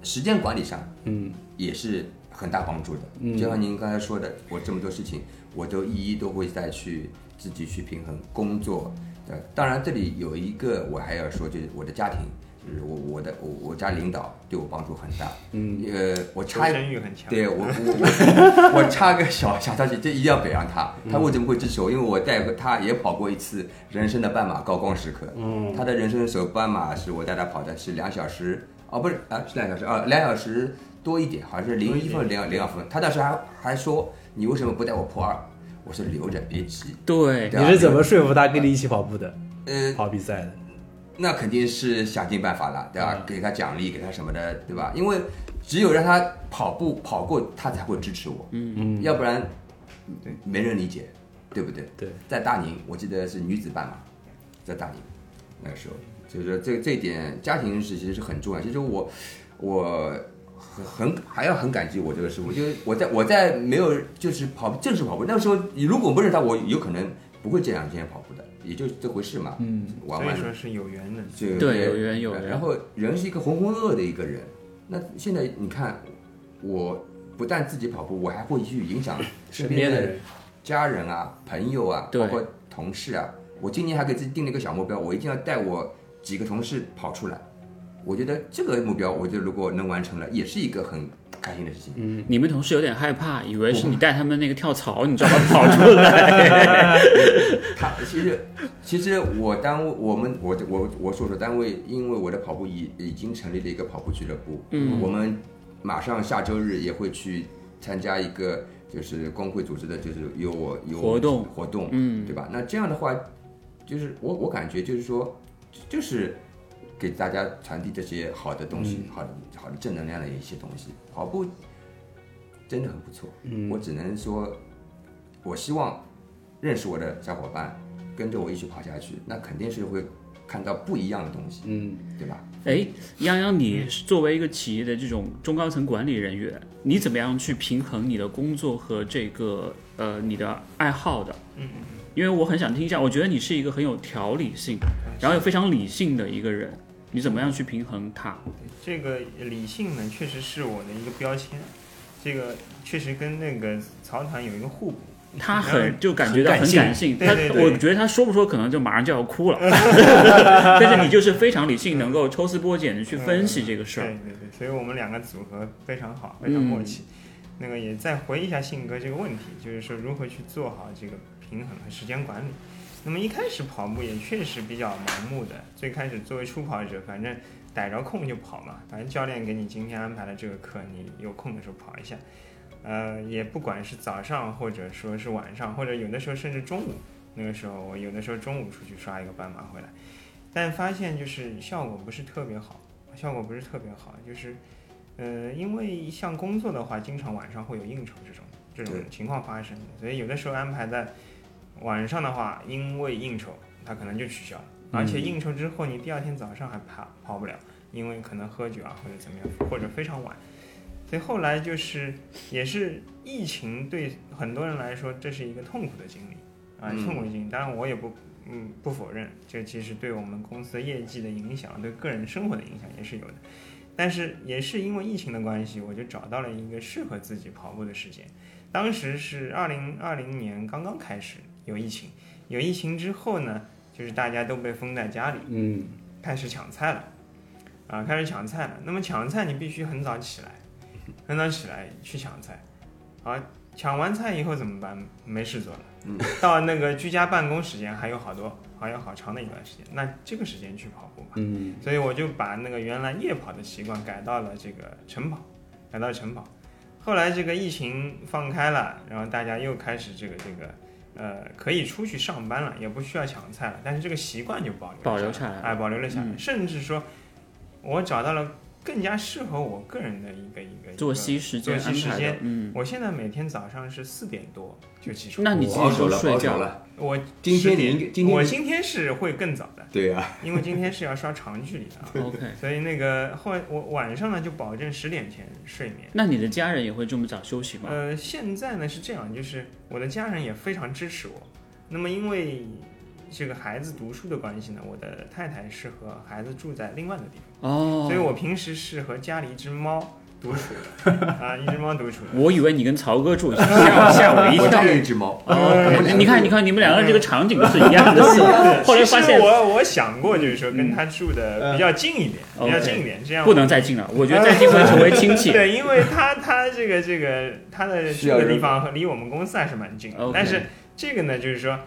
时间管理上嗯也是很大帮助的。嗯就像您刚才说的，我这么多事情，我都一一都会再去自己去平衡工作。呃，当然这里有一个我还要说，就是我的家庭，就是我我的我我家领导对我帮助很大。嗯，呃，我求插一生欲很强。对我我我我插个小小插曲，这一定要表扬他。他为什么会支持我？因为我带过他也跑过一次人生的半马高光时刻。嗯，他的人生首半马是我带他跑的是两小时，哦不是啊是两小时啊两小时多一点，好像是零一分零零二分。他当时还还说你为什么不带我破二？我说留着别急。啊对，你是怎么说服他跟你一起跑步的、呃，跑比赛的？那肯定是想尽办法了，对吧？给他奖励，给他什么的，对吧？因为只有让他跑步跑过，他才会支持我。嗯嗯，要不然对没人理解，对不对？对，在大宁，我记得是女子半马，在大宁那个时候，所以说这这一点家庭是其实是很重要。其实我我很很还要很感激我这个师傅，就是我在我在没有就是跑正式跑步那个时候，如果不认识他，我有可能不会这两天跑步的，也就这回事嘛。嗯，玩所玩以说是有缘的。这个呃对有缘有缘然后人是一个浑浑噩噩的一个人，那现在你看，我不但自己跑步，我还会去 影响身身边边的的人，家人啊、朋友啊，对包括同事啊。我今年还给自己定了一个小目标，我一定要带我几个同事跑出来。我觉得这个目标，我觉得如果能完成了，也是一个很开心的事情。你们同事有点害怕，以为是嗯你带他们那个跳槽，你知道吗？跑出来。他其实其实我单位我们我的我我所属单位，因为我的跑步已已经成立了一个跑步俱乐部，嗯，我们马上下周日也会去参加一个就是工会组织的，就是有我有我活动活动，嗯，对吧？那这样的话，就是我我感觉就是说，就就是给大家传递这些好的东嗯西，好的好的正能量的一些东西。跑步真的很不错，嗯，我只能说，我希望认识我的小伙伴跟着我一起跑下去，那肯定是会看到不一样的东西，嗯，对吧？哎，泱泱，你作为一个企业的这种中高层管理人员，你怎么样去平衡你的工作和这个呃你的爱好的？嗯，因为我很想听一下，我觉得你是一个很有条理性，然后又非常理性的一个人，你怎么样去平衡它？这个理性呢，确实是我的一个标签，这个确实跟那个曹团有一个互补。他然很后就感觉到很感性，对他对对我觉得他说不说可能就马上就要 哭了，但是你就是非常理性，能够抽丝剥茧的去分析这个事儿。嗯对对对，所以我们两个组合非常好，非常默嗯契。那个也再回忆一下信哥这个问题，就是说如何去做好这个平衡和时间管理。那么一开始跑步也确实比较盲目的，最开始作为初跑者，反正逮着空就跑嘛，反正教练给你今天安排了这个课，你有空的时候跑一下。呃，也不管是早上或者说是晚上，或者有的时候甚至中午，那个时候我有的时候中午出去刷一个半马回来，但发现就是效果不是特别好。效果不是特别好，就是，呃，因为像工作的话，经常晚上会有应酬这种这种对情况发生，所以有的时候安排在晚上的话，因为应酬，他可能就取消了，而且应酬之后，你第二天早上还跑跑不了，因为可能喝酒啊或者怎么样，或者非常晚。所以后来就是，也是疫情对很多人来说，这是一个痛苦的经历啊，嗯痛苦的经历。当然，我也不嗯，不否认，这其实对我们公司的业绩的影响，对个人生活的影响也是有的。但是也是因为疫情的关系，我就找到了一个适合自己跑步的时间。当时是二零二零年刚刚开始有疫情，有疫情之后呢，就是大家都被封在家里，嗯开始抢菜了，啊，开始抢菜了。那么抢菜你必须很早起来，很早起来去抢菜。好，抢完菜以后怎么办？没事做了，嗯到那个居家办公时间还有好多，还有好长的一段时间。那这个时间去跑步吧。嗯，所以我就把那个原来夜跑的习惯改到了这个晨跑，改到了晨跑。后来这个疫情放开了，然后大家又开始这个这个，呃，可以出去上班了，也不需要抢菜了，但是这个习惯就保留了保留下下来了哎，保留了下来，甚至说，我找到了更加适合我个人的一个一个作息时间嗯作安息时排的间，。嗯，我现在每天早上是四点多就起床，那你自保己守说了，睡保觉守，了。我今天10你点应该今天我你今天是会更早的，对啊，因为今天是要刷长距离的啊， OK，所以那个后来我晚上呢就保证十点前睡眠。那你的家人也会这么早休息吗？呃，现在呢是这样，就是我的家人也非常支持我。那么因为这个孩子读书的关系呢，我的太太是和孩子住在另外的地方，哦，所以我平时是和家里一只猫独处 的啊，一只猫独处的。我以为你跟曹哥住，吓吓我一我跳家。有一只猫，哦，你看，你看，你们两个人这个场景是一样的， 是吧？ 后来发其实现我我想过，就是说跟他住的比较近一点，嗯比较 OK 近一点，这样不能再近了，我觉得再近会成为亲戚。 对，因为他他这个这个他的需住要的地人方和离我们公司还是蛮近的 OK 但是这个呢，就是说。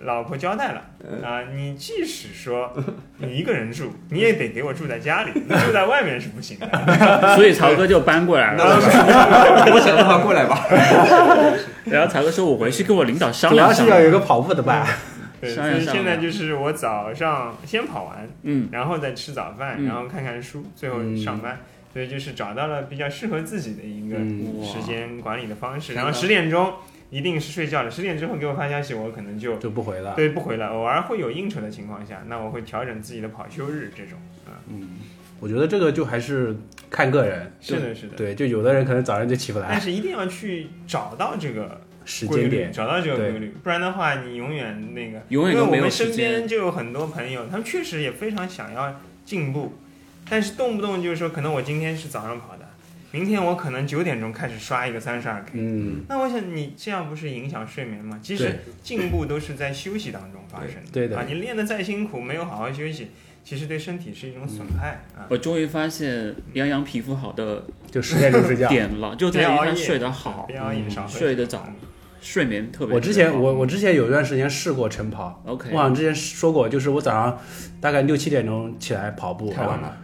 老婆交代了嗯啊、你即使说你一个人住，你也得给我住在家 里，你住在外面是不行的。所以曹哥就搬过来那了。 我想让它过来吧。然后曹哥说：“我回去跟我领导商主要量是商要量。有一个跑步的伴。对，商所量以商现在量就是我早上先跑完，”嗯，然后再吃早饭，嗯然后看看书，最后上班。所以就是找到了比较适合自己的一个嗯时间管理的方式。哇然后十点钟一定是睡觉了，十点之后给我发消息，我可能就 就不回了。对不回了。偶尔会有应酬的情况下，那我会调整自己的跑休日这种。啊，我觉得这个就还是看个人，是的，是的。对，就有的人可能早上就起不但来，是一定要去找到这个时哎规间律，点找到这个对规律，不然的话，你永远那个，永远因为都我没有们时身边间。就有很多朋友，他们确实也非常想要进步，但是动不动就是说，可能我今天是早上跑的，明天我可能九点钟开始刷一个三十二 K。嗯，那我想你这样不是影响睡眠吗？其实对进步都是在休息当中发生的。对对的啊，你练得再辛苦，没有好好休息，其实对身体是一种嗯损害、啊。我终于发现杨洋皮肤好的就十点钟睡觉。点了，就在于不要熬他夜睡得好不，要也少喝睡得酒早，睡眠 特别。哦我之前我我之前有一段时间试过晨跑， OK，我好像之前说过，就是我早上大概六七点钟起来跑步，啊太晚了，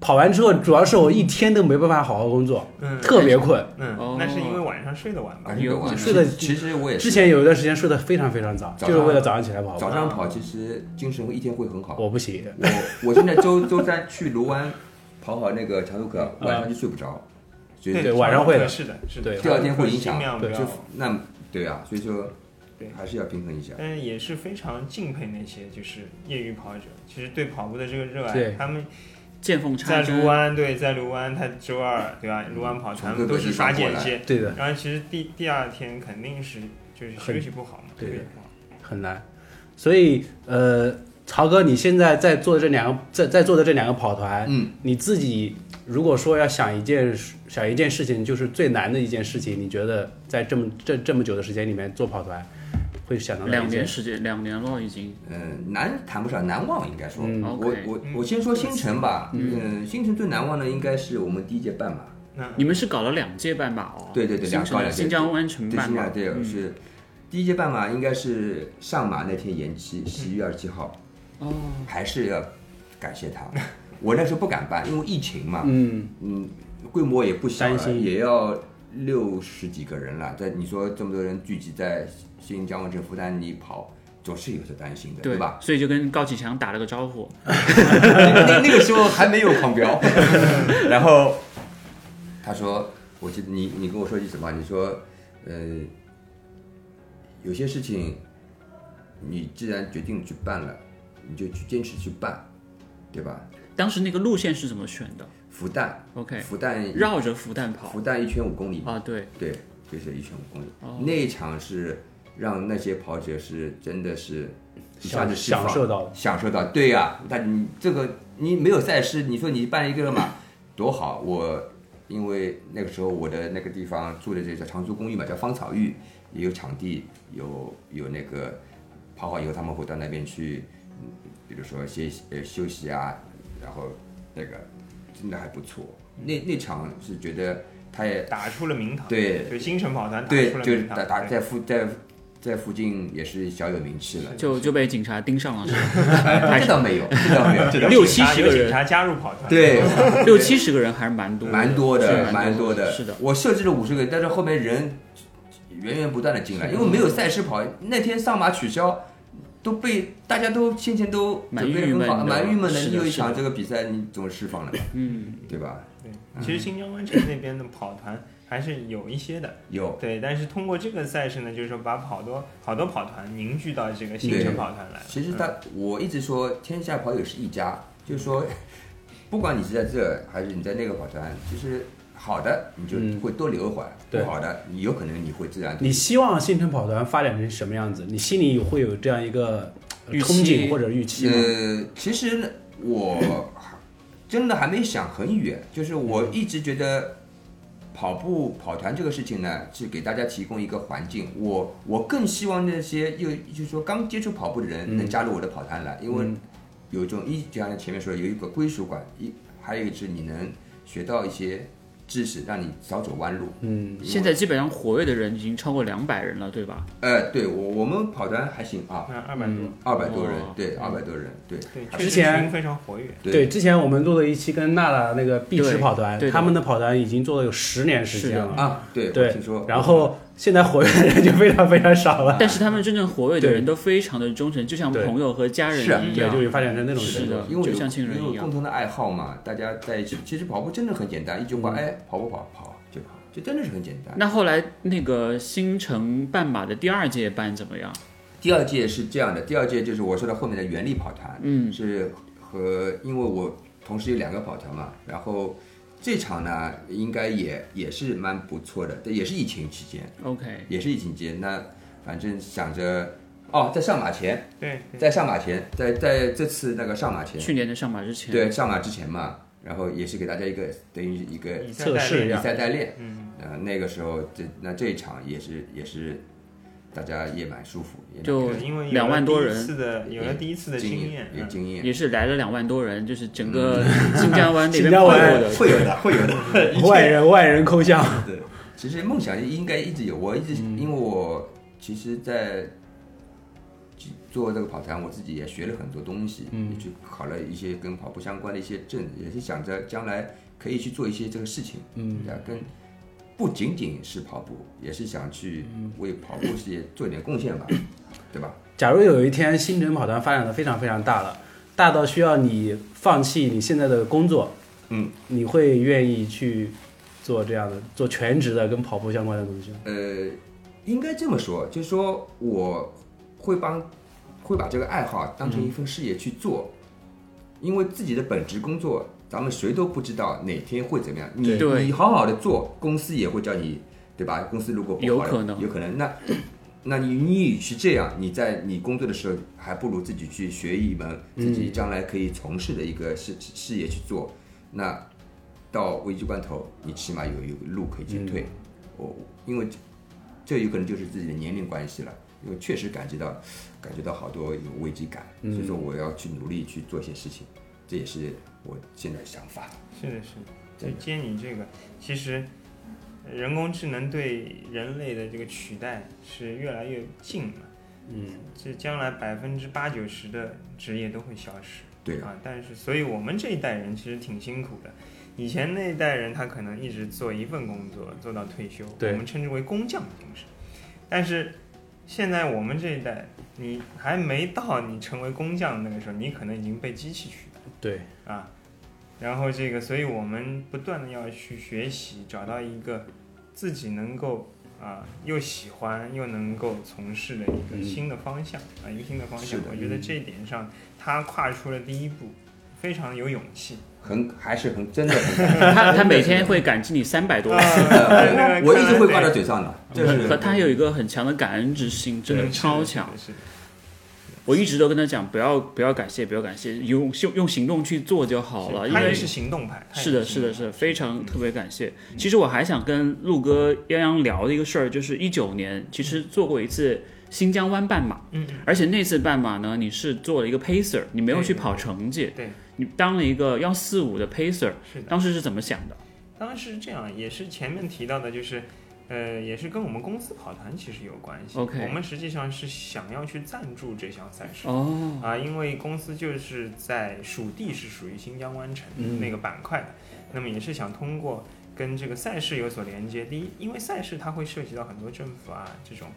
跑完之后主要是我一天都没办法好好工作，嗯特别困。哦嗯，那是因为晚上睡得晚吧？感觉晚是的其实我也之是前有一段时间睡得非常非常早，早就上是为了早上起来跑步。早上跑，其实精神会一天会很好。我不行，我我现在周周三去卢湾跑跑那个长途课，晚上就睡不着，所以对晚上会的是的，是对的。第二天会影响尽量不对要就那对啊，所以说对还是要平衡一下。但是也是非常敬佩那些就是业余跑者，其实对跑步的这个热爱对，他们见缝插在针卢。湾，对，在卢湾，他周二对吧？卢湾跑，从他们都是刷间歇，对的，然后其实第第二天肯定是就是很休息不好嘛，对特别的不好很难。所以呃，曹哥，你现在在做的这两个在在做的这两个跑团，嗯，你自己如果说要想一件想一件事情，就是最难的一件事情，你觉得在这么这这么久的时间里面做跑团，会想到哪两一年件？时间，两年了已经。嗯，难谈不上难忘，应该说，嗯我 OK 我嗯我先说新城吧，嗯嗯，新城最难忘的应该是我们第一届半马，那你们是搞了两届半马哦？对对对新两搞城两届新疆湾城对，嗯半新马马，对，是第一届半马应该是上马那天延期，十一月二十七号，哦，还是要感谢他， 我那时候不敢办，因为疫情嘛，嗯，嗯，规模也不小担了，心也要六十几个人了。在你说这么多人聚集在新疆湾城复旦，你跑总是有些担心的，对吧？？所以就跟高启强打了个招呼。那 那个时候还没有 狂飙，然后他说，我记得你你跟我说句什么？你说，呃，有些事情你既然决定去办了，你就去坚持去办，对吧？当时那个路线是怎么选的复旦， ？OK，复旦绕着复旦跑复旦一圈五公里啊，对，对，就是一圈五公里。哦那一场是让那些跑者是真的是一下享子释放享受到了。享受到，对呀、但你这个你没有赛事，你说你办一个嘛， 多好！我因为那个时候我的那个地方住的这叫长租公寓嘛，叫芳草寓，也有场地，有有那个跑好以后他们会到那边去，嗯比如说歇息呃休息啊，然后那个真的还不错。那那场是觉得他也打出了名堂，对就新城跑团打对出，了就是名打堂，打对在附在在附近也是小有名气了。就就被警察盯上了，是吧？哎这倒没有，这倒没有，这倒有没有六警察七十有个人警察加入跑 团，对， 六七十个人还是蛮多，蛮多是的，蛮蛮多的。是的，我设置了五十个，但是后面人源源不断的进来，因为没有赛事跑，那天上马取消。都被大家都先前都蛮准备得郁闷很好的蛮郁闷是的你有一是的场这个比赛，你总释放了，嗯，对吧？对，其实新疆湾城那边的跑团还是有一些的，有，对，但是通过这个赛事呢，就是说把好多好多跑团凝聚到这个新城跑团来嗯了。其实他我一直说天下跑友是一家，就是说，不管你是在这还是你在那个跑团，就是好的你就嗯会多留一会儿，对不好的你有可能你会自然你希望新城跑团发展成什么样子？你心里会有这样一个呃预憧期憬或者预期吗？呃，其实呢我真的还没想 很远，就是我一直觉得跑步跑团这个事情呢，是给大家提供一个环境。我我更希望那些又就是说刚接触跑步的人嗯能加入我的跑团来，因为嗯有一种一就像前面说的有一个归属感，一还有一个是你能学到一些知识，让你少走弯路。嗯，现在基本上活跃的人已经超过两百人了，对吧？呃，对我我们跑团还行啊，那二百多，二百多人哦，对，二百多人，对对，之确实前群非常活跃。对，之前我们做了一期跟娜娜那个碧池跑团对对，的他们的跑团已经做了有十年时间了。啊，对，我对听说。然后现在活跃的人就非常非常少啊了，但是他们真正活跃的人都非常的忠诚，就像对朋友和家人是啊一对，样。就发展成那种是程度的因为就像有亲人一样因为有共同的爱好嘛，大家在一起。其实跑步真的很简单，一句话，嗯哎，跑步跑跑就跑，这真的是很简单。那后来那个新城半马的第二届办怎么样？第二届是这样的，第二届就是我说的后面的原力跑团，嗯是和因为我同时有两个跑团嘛，然后这场呢应该也也是蛮不错的，但也是疫情期间， ，OK，也是疫情期间。那反正想着哦，在上马前，对，在上马前，在在这次那个上马前，去年的上马之前，对上马之前嘛，然后也是给大家一个等于一个以赛测代试练一比下赛代练。嗯，呃，那个时候这那这一场也是也是，大家也蛮舒服，也蛮就对因为有了两万多人第一次的有了第一次的经验嗯验，，有经验，也是来了两万多人，就是整个嗯新疆湾那新边疆泡湾过的。会有的，会有的一外切人外人抠像，对， 其实梦想应该一直有，我一直、因为我其实，在去做这个跑团，我自己也学了很多东西，嗯也去考了一些跟跑步相关的一些证，也是想着将来可以去做一些这个事情，嗯对啊，跟不仅仅是跑步，也是想去为跑步事业做一点贡献吧，对吧？假如有一天新城跑团发展的非常非常大了，大到需要你放弃你现在的工作，嗯，你会愿意去做这样的做全职的跟跑步相关的东西吗？呃，应该这么说，就是说我会帮，会把这个爱好当成一份事业去做，因为自己的本职工作，咱们谁都不知道哪天会怎么样。你对你好好的做，公司也会叫你，对吧？公司如果不好有可能有可能那。 那你你与其这样，你在你工作的时候，还不如自己去学一门嗯自己将来可以从事的一个事事业去做。那到危机关头，你起码有有个路可以去嗯退。我因为这这有可能就是自己的年龄关系了，因为确实感觉到感觉到好多有危机感，嗯所以说我要去努力去做一些事情，这也是我现在的想法。是的，是的。对就接你这个，其实呃人工智能对人类的这个取代是越来越近了。嗯，这将来百分之八九十的职业都会消失。对啊，但是所以我们这一代人其实挺辛苦的。以前那一代人他可能一直做一份工作做到退休，对我们称之为工匠精神。但是现在我们这一代，你还没到你成为工匠那个时候，你可能已经被机器取代。对，啊，然后这个，所以我们不断的要去学习，找到一个自己能够啊、又喜欢又能够从事的一个嗯新的方向、啊，一个新的方是向的。我觉得这一点上，他跨出了第一步，非常有勇气。很还是很真的很 感他他每天会感激你三百多啊次，那个动 我一直会挂看在来嘴上的，这对是和他有一个很强的感恩之心，真的嗯超是的强。是的是我一直都跟他讲，不要不要感谢，不要感谢，用用用行动去做就好的了，是因他为也是嗯行动派。他也是的，是行的，动是的非常特别感谢。其实我还想跟陆哥、泱泱聊的一个事儿，就是一九年，其实做过一次新疆湾半马，嗯，而且那次半马呢，你是做了一个 pacer，你没有对去跑成绩，对，你当了一个幺四五的 pacer，是的当时是怎么想的？当时是这样，也是前面提到的，就是，呃，也是跟我们公司跑团其实有关系。 OK 我们实际上是想要去赞助这项赛事。哦，啊，因为公司就是在属地是属于新疆湾城嗯那个板块的，那么也是想通过跟这个赛事有所连接。第一，因为赛事它会涉及到很多政府啊这种，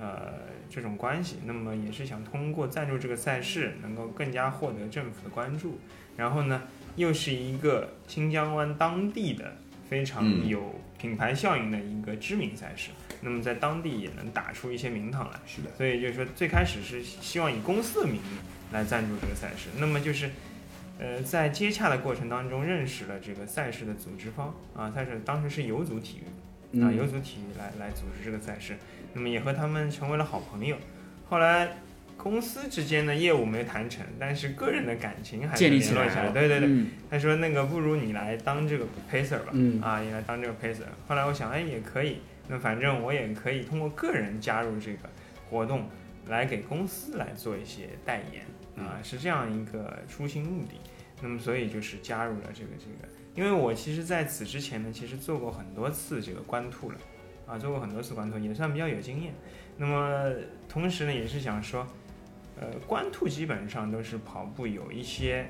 啊、呃这种关系。那么也是想通过赞助这个赛事，能够更加获得政府的关注。然后呢，又是一个新疆湾当地的非常嗯有品牌效应的一个知名赛事，那么在当地也能打出一些名堂来。是的，所以就是说，最开始是希望以公司的名义来赞助这个赛事。那么就是，呃，在接洽的过程当中，认识了这个赛事的组织方啊，赛事当时是游族体育啊，嗯游族体育来来组织这个赛事，那么也和他们成为了好朋友。后来公司之间的业务没有谈成，但是个人的感情还是建立联起络来下来。了对对对，嗯他说那个不如你来当这个 pacer 吧，嗯啊，你来当这个 pacer。后来我想，哎，也可以，那反正我也可以通过个人加入这个活动，来给公司来做一些代言，啊，是这样一个初心目的。那么所以就是加入了这个这个，因为我其实在此之前呢，其实做过很多次这个官兔了，啊，做过很多次官兔，也算比较有经验。那么同时呢，也是想说，呃，官兔基本上都是跑步有一些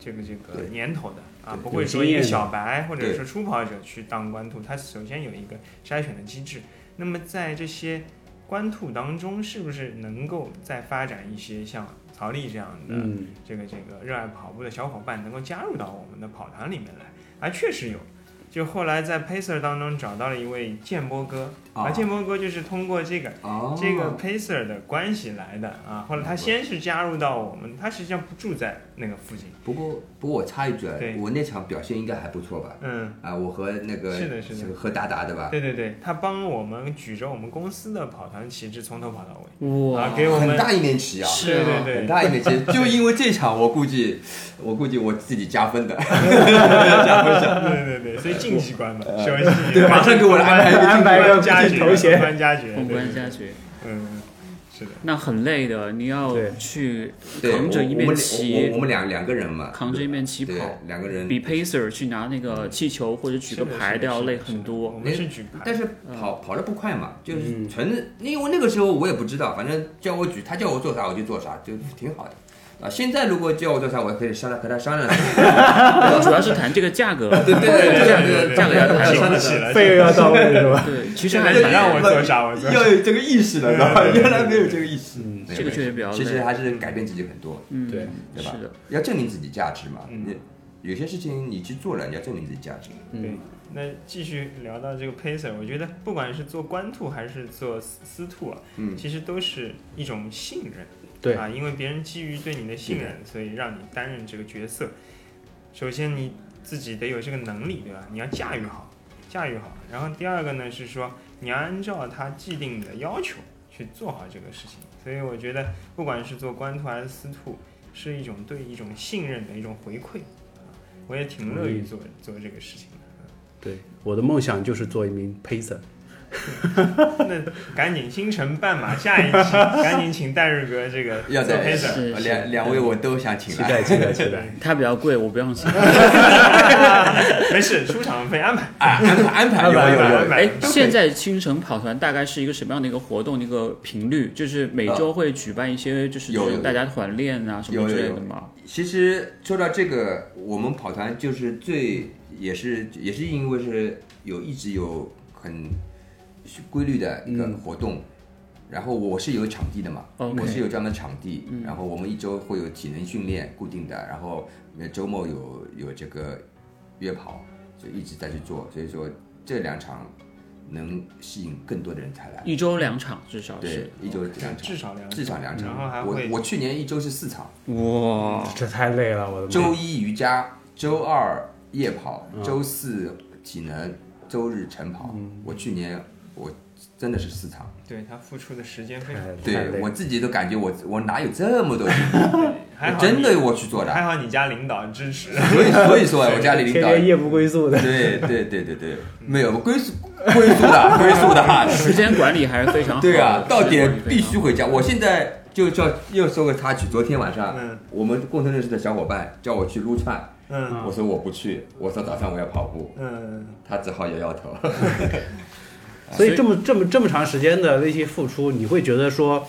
这个这个对年头的啊，对不会有说经一验个的小白或者对说初跑者去当官兔，它首先有一个筛选的机制。那么在这些官兔当中，是不是能够再发展一些像曹丽这样的、嗯，这个这个热爱跑步的小伙伴能够加入到我们的跑团里面来，啊，确实有。就后来在 Pacer 当中找到了一位建波哥，啊，啊建波哥就是通过这个哦这个 Pacer 的关系来的啊。后来他先是加入到我们，他实际上不住在那个附近，不过不过我插一句啊对，我那场表现应该还不错吧？嗯，啊，我和那个是的是的和达达对吧？对对对，他帮我们举着我们公司的跑团旗帜从头跑到尾，哇啊，，给我很们大一面旗啊！是对啊对对很，大一面 旗，就因为这场，我估计，我估计我自己加分的， 对对对，所以晋级 关嘛，休息对马上给我 安排一个安排晋级加爵， 头衔宏观加爵，宏观对加，爵，对对嗯，是的，那很累的，你要对去对，我扛着一我面们旗我我我们两两个人嘛，扛着一面旗对跑，，两个人比 pacer 去拿那个气球或者举个是的牌都要累很是的我多。们是举牌，但是跑跑的不快嘛，就是嗯纯，因为那个时候我也不知道，反正叫我举，他叫我做啥我就做啥，就挺好的。啊，现在如果叫我做啥，我可以商量和他商量。主要是谈这个价格， 对对对对对对，价格要谈请好。不起了，费用要到位是 吧？对，其实现还在蛮你让我做啥我做啥要有这个意识了，知道吧？原来没有这个意识。嗯对这个确实比较其实累。还是改变自己很多，嗯，对对吧是的，要证明自己价值嘛。嗯你有些事情你去做了，你要证明自己价值。对，那继续聊到这个 pacer，我觉得不管是做官兔还是做私私兔啊，嗯其实都是一种信任，对啊，因为别人基于对你的信任，所以让你担任这个角色。首先你自己得有这个能力，对吧？你要驾驭好，驾驭好。然后第二个呢是说，你要按照他既定的要求去做好这个事情。所以我觉得，不管是做官兔还是私兔，是一种对一种信任的一种回馈。啊我也挺乐于做做这个事情的。嗯对，我的梦想就是做一名 pacer。那赶紧京城半马，下一 期赶紧请戴瑞哥这个要做在 pacer，是是两两位我都想请期来待，期待，期 待。它比较贵，我不让 钱。没事，出场费安排。啊，安排安排有安有排有安有排。哎，现在青城跑团大概是一个什么样的一个活动？一个频率，就是每周会举办一些，就是这嗯有种有大家团练啊什么有之有类有的嘛。其实说到这个，我们跑团就是最也是也是因为是有一直有很规律的一个嗯活动，然后我是有场地的嘛 OK 我是有专门场地，然后我们一周会有体能训练固定的，然后呃周末有有这个约跑，就一直在去做，所以说这两场能吸引更多的人才来，一周两场至少对是。，一周两至场，少两至少两然后还场，我会我去年一周是四场。哇，这太累了，我的妈！周一瑜伽，周二夜跑，周四体能，周日晨跑。我去年我真的是四场，对他付出的时间非常，太太累对了我自己都感觉我我哪有这么多精力，哎还好我真的你我去做还的。好你家领导支持， 所以所以说我家里领天导， 天夜不归宿的。对对对对对，没有归宿归宿的归宿的， 时间管理还是非嗯常好的。对啊，到点时间管理非必常须回家。我现在就叫又说个插曲，昨天晚上嗯我们共同认识的小伙伴叫我去撸串，嗯我说我不去，我说早上我要跑步。嗯，他只好摇摇头。啊所以这么这么这么长时间的那些付出，你会觉得说，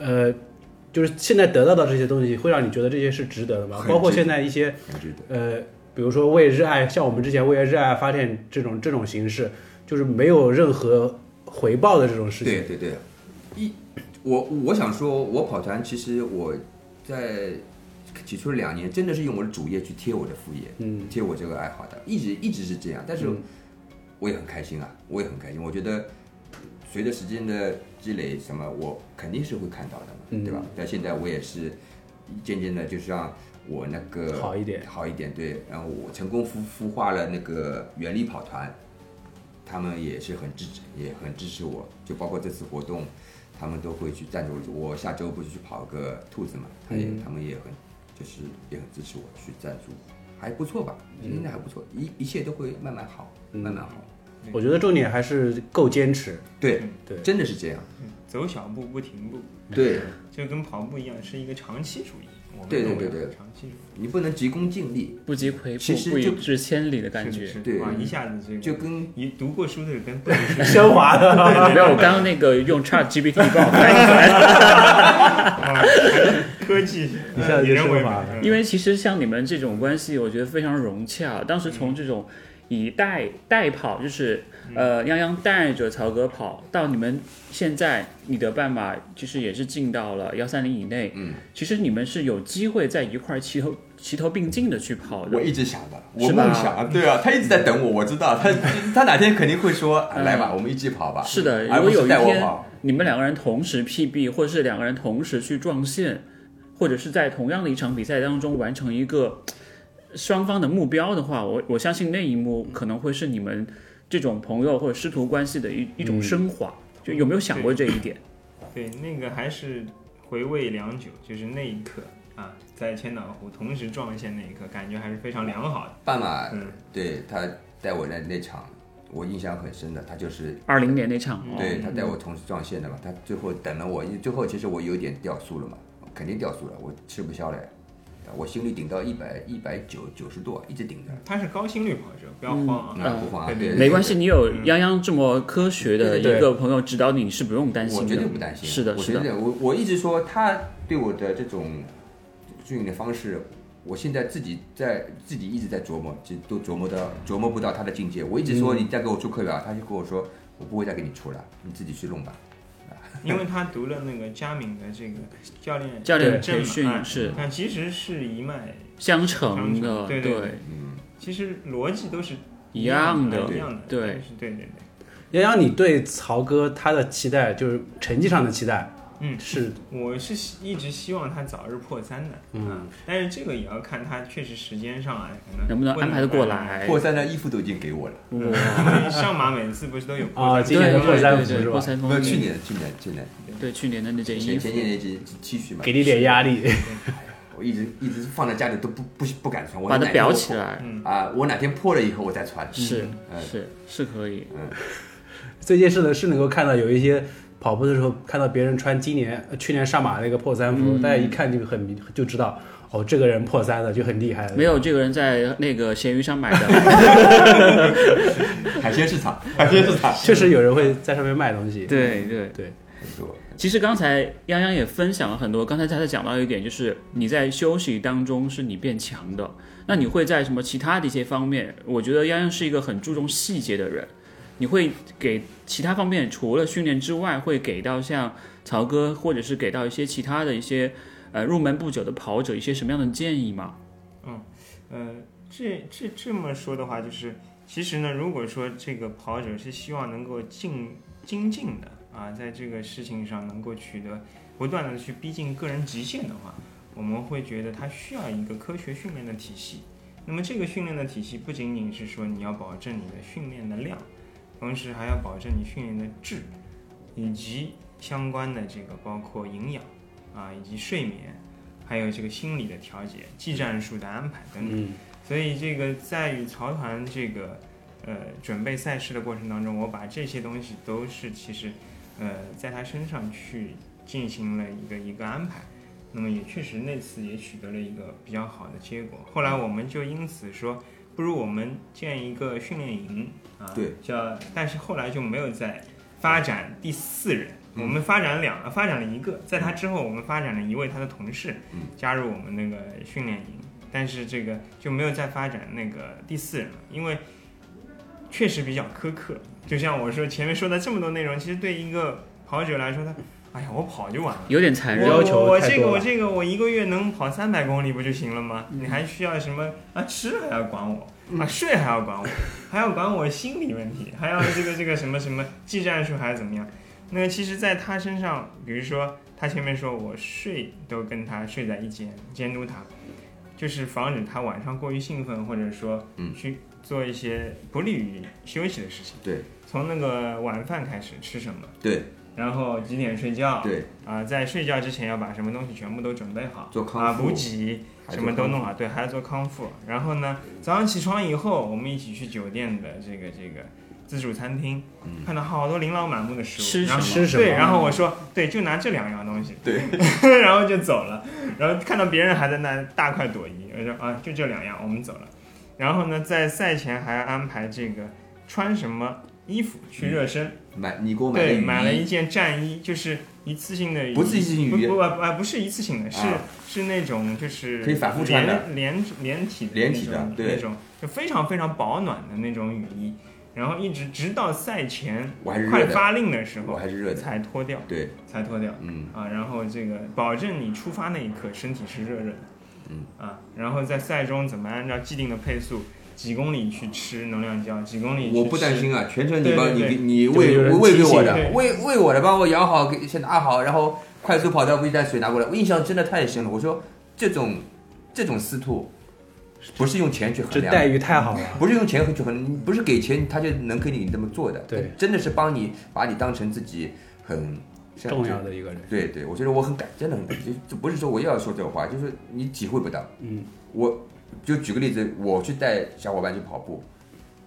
呃，就是现在得到的这些东西，会让你觉得这些是值得的吗？很包括值得现在一些我觉得呃，比如说为热爱，像我们之前为热爱发电这种这种形式，就是没有任何回报的这种事情，对对对，我我想说，我跑团其实我在起初两年真的是用我的主业去贴我的副业，嗯贴我这个爱好的，一直一直是这样。但是嗯我也很开心啊，我也很开心。我觉得随着时间的积累，什么我肯定是会看到的嘛，嗯对吧？但现在我也是渐渐的，就是让我那个好一点好一点，对。然后我成功孵孵化了那个原力跑团，他们也是很支持，也很支持我，就包括这次活动。他们都会去赞助我。我下周不是去跑个兔子嘛，他也、嗯他们也很就是也很支持我去赞助，还不错吧，嗯应该还不错，一一切都会慢慢好，嗯慢慢好。我觉得重点还是够坚 持，对，对，真的是这样。嗯走小步不停步，对就跟跑步一样，是一个长期主义。我们对对认为对对是长期主义你不能急功近利，不及回其实不不就以至千里的感是的觉。是的对哇，一下子这个就跟一读过书的人跟不读 书升华了。啊没有，我刚刚那个用 Chat GPT 帮我翻译出来。啊，科技，一下子就呃你认为升华了嗯因为其实像你们这种关系，我觉得非常融洽。当时从这种以带带跑，就是呃泱泱带着曹格跑，到你们现在你的半马其实也是进到了幺三零以内。嗯，其实你们是有机会在一块儿齐头齐头并进的去跑我的。一直想的，我是吧梦想啊，对啊，他一直在等我，我知道他 他哪天肯定会说啊嗯来吧，我们一起跑吧，嗯是的，而如果不有是一带我天跑。你们两个人同时 PB，或者是两个人同时去撞线，或者是在同样的一场比赛当中完成一个呃双方的目标的话，我我相信那一幕可能会是你们这种朋友或者师徒关系的一一种升华。就有没有想过这一点？对那个还是回味良久，就是那一刻啊，在千岛湖同时撞线那一刻，感觉还是非常良好的。半马，嗯，对他带我那那场，我印象很深的，他就是二零年那场，哦对他带我同时撞线的嘛，他最后等了我，因为最后其实我有点掉速了嘛，肯定掉速了，我吃不消了，我心率顶到一百一百九九十多，一直顶着，他是高心率跑者，不要慌啊。那不慌啊，嗯对，没关系，对，你有泱泱这么科学的对一对对个朋友指导你，你是不用担对我心绝的对。不担心，是的我是绝的对，我我一直说他对我的这种训练的方式。我现在自己在自己一直在琢磨，其实都琢磨到琢磨不到他的境界。我一直说嗯你再给我出课表，他就跟我说我不会再给你出了，你自己去弄吧。因为他读了那个佳敏的这个教练嗯教练证培训嘛啊是那其实是一脉，相乘的，相乘对对对嗯，其实逻辑都是一样样的一样的，对就是对对对。洋洋，你对曹哥他的期待，就是成绩上的期待，嗯是我是希一直希望他早日破三的，嗯啊，但是这个也要看他确实时间上啊，可能能不能会安排的过？来？破三的衣服都已经给我了， 因为嗯上马每次不是都有啊破今三年的吗？破三服对对对是吧破三不风云是去年，去年，去年，对去年的那件衣前服前，年那件 T 恤嘛，给你点压力。我一直一直放在家里都不不不敢穿，我把它哪天裱我起来，嗯，啊！我哪天破了以后我再穿。是嗯是是可以。最近是能是能够看到有一些跑步的时候，看到别人穿今年、呃去年上马那个破三服，嗯大家一看就很明就知道，哦，这个人破三了，就很厉嗯害了。没有这个人在那个闲鱼上买的，海鲜市场，海鲜市场 确实有人会在上面卖东西。 嗯对对。对，很多。其实刚才泱泱也分享了很多，刚才他在讲到一点，就是你在休息当中是你变强的，那你会在什么其他的一些方面？我觉得泱泱是一个很注重细节的人，你会给其他方面除了训练之外，会给到像曹哥或者是给到一些其他的一些呃入门不久的跑者一些什么样的建议吗？呃，这这这么说的话，就是其实呢，如果说这个跑者是希望能够进精进的啊，在这个事情上能够取得不断的去逼近个人极限的话，我们会觉得他需要一个科学训练的体系。那么这个训练的体系不仅仅是说你要保证你的训练的量，同时还要保证你训练的质，以及相关的这个包括营养啊，以及睡眠，还有这个心理的调节、技战术的安排等等。嗯，所以这个在与曹团这个呃准备赛事的过程当中，我把这些东西都是其实呃在他身上去进行了一个一个安排。那么也确实那次也取得了一个比较好的结果。后来我们就因此说，不如我们建一个训练营啊，对，叫但是后来就没有再发展第四人。嗯我们发展两，呃发展了一个，在他之后，我们发展了一位他的同事嗯，加入我们那个训练营。但是这个就没有再发展那个第四人了，因为确实比较苛刻。就像我说前面说的这么多内容，其实对一个跑者来说，他哎呀，我跑就完了。有点残忍。要求我我太这个多了我这个我一个月能跑三百公里不就行了吗？你还需要什么啊？吃还要管我嗯啊，睡还要管我，还要管我心理问题，还要这个这个什么什么技战术还是怎么样？那其实，在他身上，比如说他前面说我睡都跟他睡在一间，监督他，就是防止他晚上过于兴奋，或者说嗯去做一些不利于休息的事情。对从那个晚饭开始吃什么，对然后几点睡觉，对，啊，在睡觉之前要把什么东西全部都准备好，做康啊，复补给还什做么都康弄好，对，还要做康复。然后呢，早上起床以后，我们一起去酒店的这个这个自助餐厅，嗯看到好多琳琅满目的食物，吃然后什么吃什么对，然后我说，对，就拿这两样东西，对， 然后就走了。然后看到别人还在那大快朵颐，我说啊，就这两样，我们走了。然后呢，在赛前还安排这个穿什么衣服嗯去热身，买你给我买了对，雨买了一衣，件战衣，就是一次性的雨衣，不是一次性雨衣不不啊不是一次性的，是、啊是那种就是可以反复穿的连连连体连体的那种对那种就非常非常保暖的那种雨衣，然后一直直到赛前我还是快热的，发令的时我候还是热的，才脱掉，对，才脱掉嗯，啊，然后这个保证你出发那一刻身体是热热的，嗯啊，然后在赛中怎么按照既定的配速几公里去吃能量胶，几公里去我不担吃心啊，全程你对帮对你对你就是有喂人喂提给我醒的对，喂喂我的，帮我摇好，给先拿好，然后快速跑掉，不一袋水拿过来，我印象真的太深了。我说这种这种司徒，不是用钱去这衡量的待，遇太好了。不是用钱去衡，不是给钱他就能给你这么做的，对，真的是帮你把你当成自己很嗯重要。的一个人，对对，我觉得我很感，真的很感，就就不是说我又要说这种话，就是你体会不到。嗯，我就举个例子，我去带小伙伴去跑步，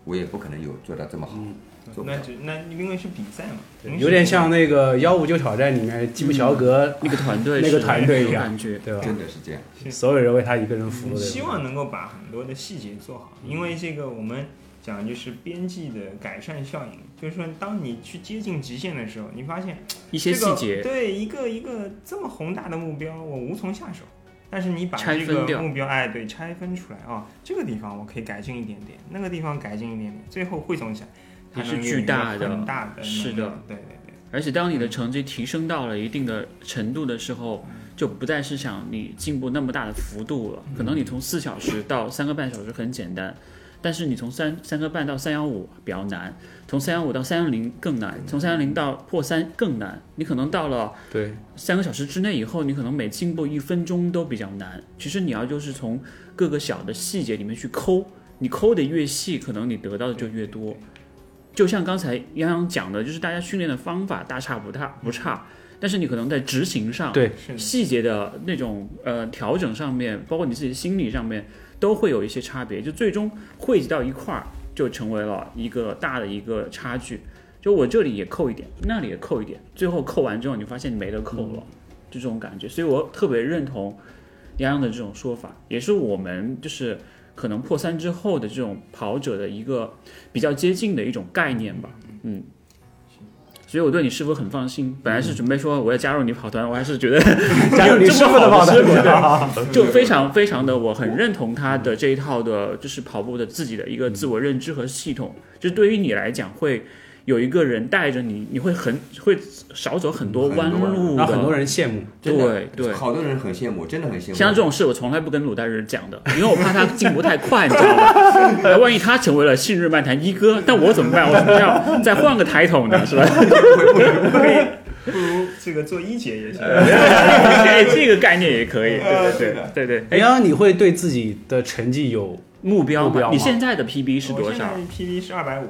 我也不可能有做到这么好。嗯做不那到只那因为是比赛嘛，因为嗯是有点像那个《幺五九挑战》里面基普乔格，那个团队，那个团队一样感觉，对吧？真的是这样。嗯所有人为他一个人服务嗯的。希望能够把很多的细节做好，因为这个我们讲就是边际的改善效应，就是说当你去接近极限的时候，你发现一这些个细节，对一个一个这么宏大的目标，我无从下手。但是你把拆这分个掉目标，哎，对，拆分出来啊、这个地方我可以改进一点点，那个地方改进一点点，最后汇总起来，它也是能有巨一个大的很大的，是的，对对而且当你的成绩提升到了一定的程度的时候，就不再是想你进步那么大的幅度了。可能你从四小时到三个半小时很简单，但是你从三三个半到三幺五比较难，从三幺五到三幺零更难，从三幺零到破三更难。你可能到了对，三个小时之内以后，你可能每进步一分钟都比较难。其实你要就是从各个小的细节里面去抠，你抠的越细，可能你得到的就越多。就像刚才洋洋讲的，就是大家训练的方法大差不差不差，但是你可能在执行上，对对，是的，细节的那种呃调整上面，包括你自己的心理上面，都会有一些差别，就最终汇集到一块儿，就成为了一个大的一个差距。就我这里也扣一点，那里也扣一点，最后扣完之后，你发现你没得扣嗯了，就这种感觉。所以我特别认同洋洋的这种说法，也是我们就是可能破三之后的这种跑者的一个比较接近的一种概念吧，嗯。所以我对你师傅很放心，本嗯来是准备说我要加入你跑团，我还是觉得 假如你这么师傅的好报的啊道师傅对 对就非常非常的，我很认同他的这一套的，就是跑步的自己的一个自我认知和系统。就对于你来讲，会有一个人带着你，你会很会少走很多弯路的。让很多人羡慕。真的对对好多人很羡慕，真的很羡慕。像这种事，我从来不跟鲁大日讲的，因为我怕他进步太快，你知道 吧？万一他成为了信日漫谈一哥，那我怎么办？我怎么样再换个抬头呢？是吧？可 以，不如这个做一姐也行。哎，这个概念也可 以，对对对对对。哎呀，你会对自己的成绩有目标目嘛，标嘛你现在的 PB 是我多哦哦现少在？PB 是二百五，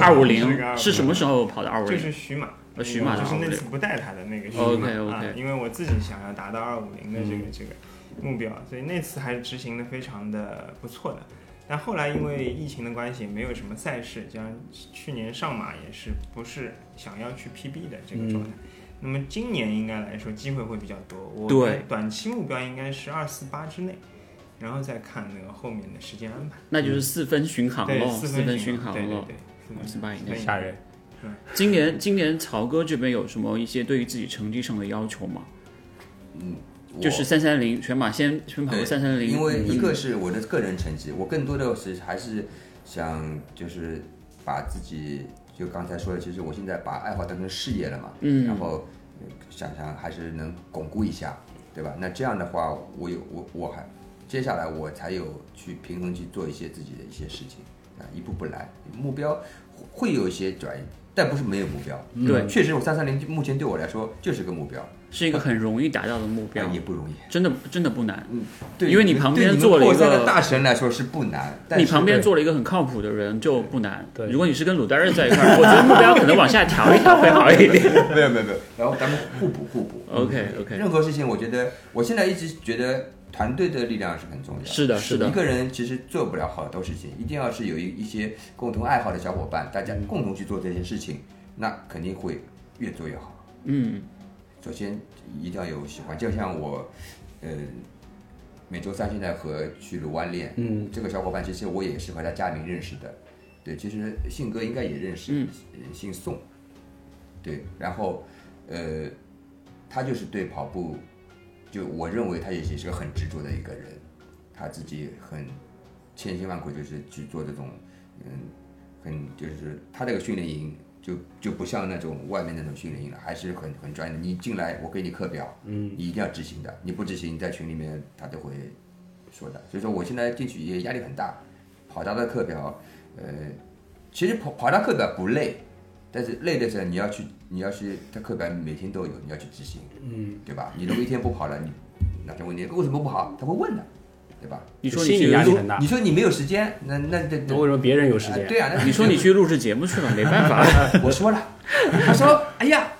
二五零是个250是什么时候跑的二五就零？是徐马，嗯呃徐马的哦就是那250次不带他的那个徐马 OK，OK 啊，因为我自己想要达到二五零的这嗯个、这个目标，所以那次还是执行的非常的不错的。但后来因为疫情的关系，没有什么赛事，加上去年上马也是不是想要去 PB 的这个状态。嗯那么今年应该来说机会会比较多，我对短期目标应该是二四八之内，然后再看那个后面的时间安排。那就是四分巡航对，喽，四分巡航对对喽。对，我是把你分吓人？今年今年曹哥这边有什么一些对于自己成绩上的要求吗？我就是三三零全马先先跑个对三三零，因为一个是我的个人成绩，我更多的是还是想就是把自己就刚才说的，其实我现在把爱好当成事业了嘛，嗯然后想想还是能巩固一下，对吧？那这样的话，我有我我还接下来我才有去平衡去做一些自己的一些事情啊，一步步来，目标会有一些转移，但不是没有目标。对，确实，我三三零目前对我来说就是个目标，是一个很容易达到的目标但，哎也不嗯容易。真的真的不难。对，因为你旁边对你们坐了一过山个的大神来说是不难，但你是旁边坐了一个很靠谱的人就不难。对如果你是跟鲁丹儿在一块儿，我觉得目标可能往下调一调会好一点。 没有没有没有，然后咱们互补互补。嗯 OK OK，任何事情，我觉得我现在一直觉得团队的力量是很重要的。是的，是的一，个人其实做不了好多事情，一定要是有一一些共同爱好的小伙伴，大嗯家共同去做这些事情，那肯定会越做越好。嗯，首先一定要有喜欢，就像我，呃，每周三现在和去卢湾练，嗯，这个小伙伴其实我也是和他家里面认识的，对，其实信哥应该也认识，嗯呃姓宋，对，然后呃，他就是对跑步，就我认为他也也是个很执着的一个人，他自己很千辛万苦就是去做这种，嗯，很就是他这个训练营。就就不像那种外面那种训练营了，还是很很专业的。你进来，我给你课表，嗯，你一定要执行的。你不执行，在群里面他都会说的。所以说我现在进去也压力很大，跑他的课表，呃，其实跑跑他课表不累，但是累的时候你要去，你要去他课表每天都有，你要去执行，嗯，对吧？你如果一天不跑了，你哪天问你为什么不跑，他会问的，对吧？你说你心理去压录， 力很大你。说你没有时间，那那那那那为什么别人有时啊间？对啊，那你说你去录制节目去了，没办法， 我说了，他说哎呀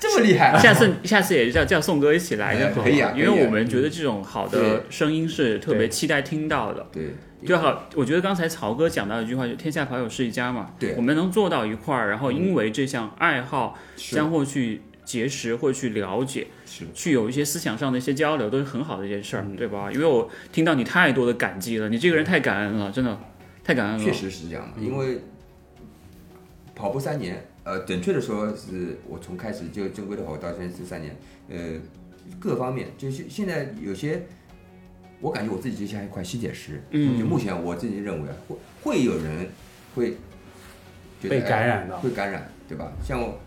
这么厉害，下次下次也叫叫宋哥一起来，哎这样好可以啊因为可以啊我们觉得这种好的声音是特别期待听到的。对就好，我觉得刚才曹哥讲到一句话，就天下跑友是一家嘛。对我们能做到一块儿，然后因为这项爱好是相互去结识，或去了解，是去有一些思想上的一些交流，都是很好的一件事嗯儿，对吧？因为我听到你太多的感激了，你这个人太感恩了，真的太感嗯恩了。确实是这样的，因为跑步三年，呃，准确的说是我从开始就正规的跑步到现在是三年，呃，各方面就是现在有些，我感觉我自己就像一块吸铁石，嗯就目前我自己认为啊会会有人会觉得被哎感染到会感染，对吧？像我。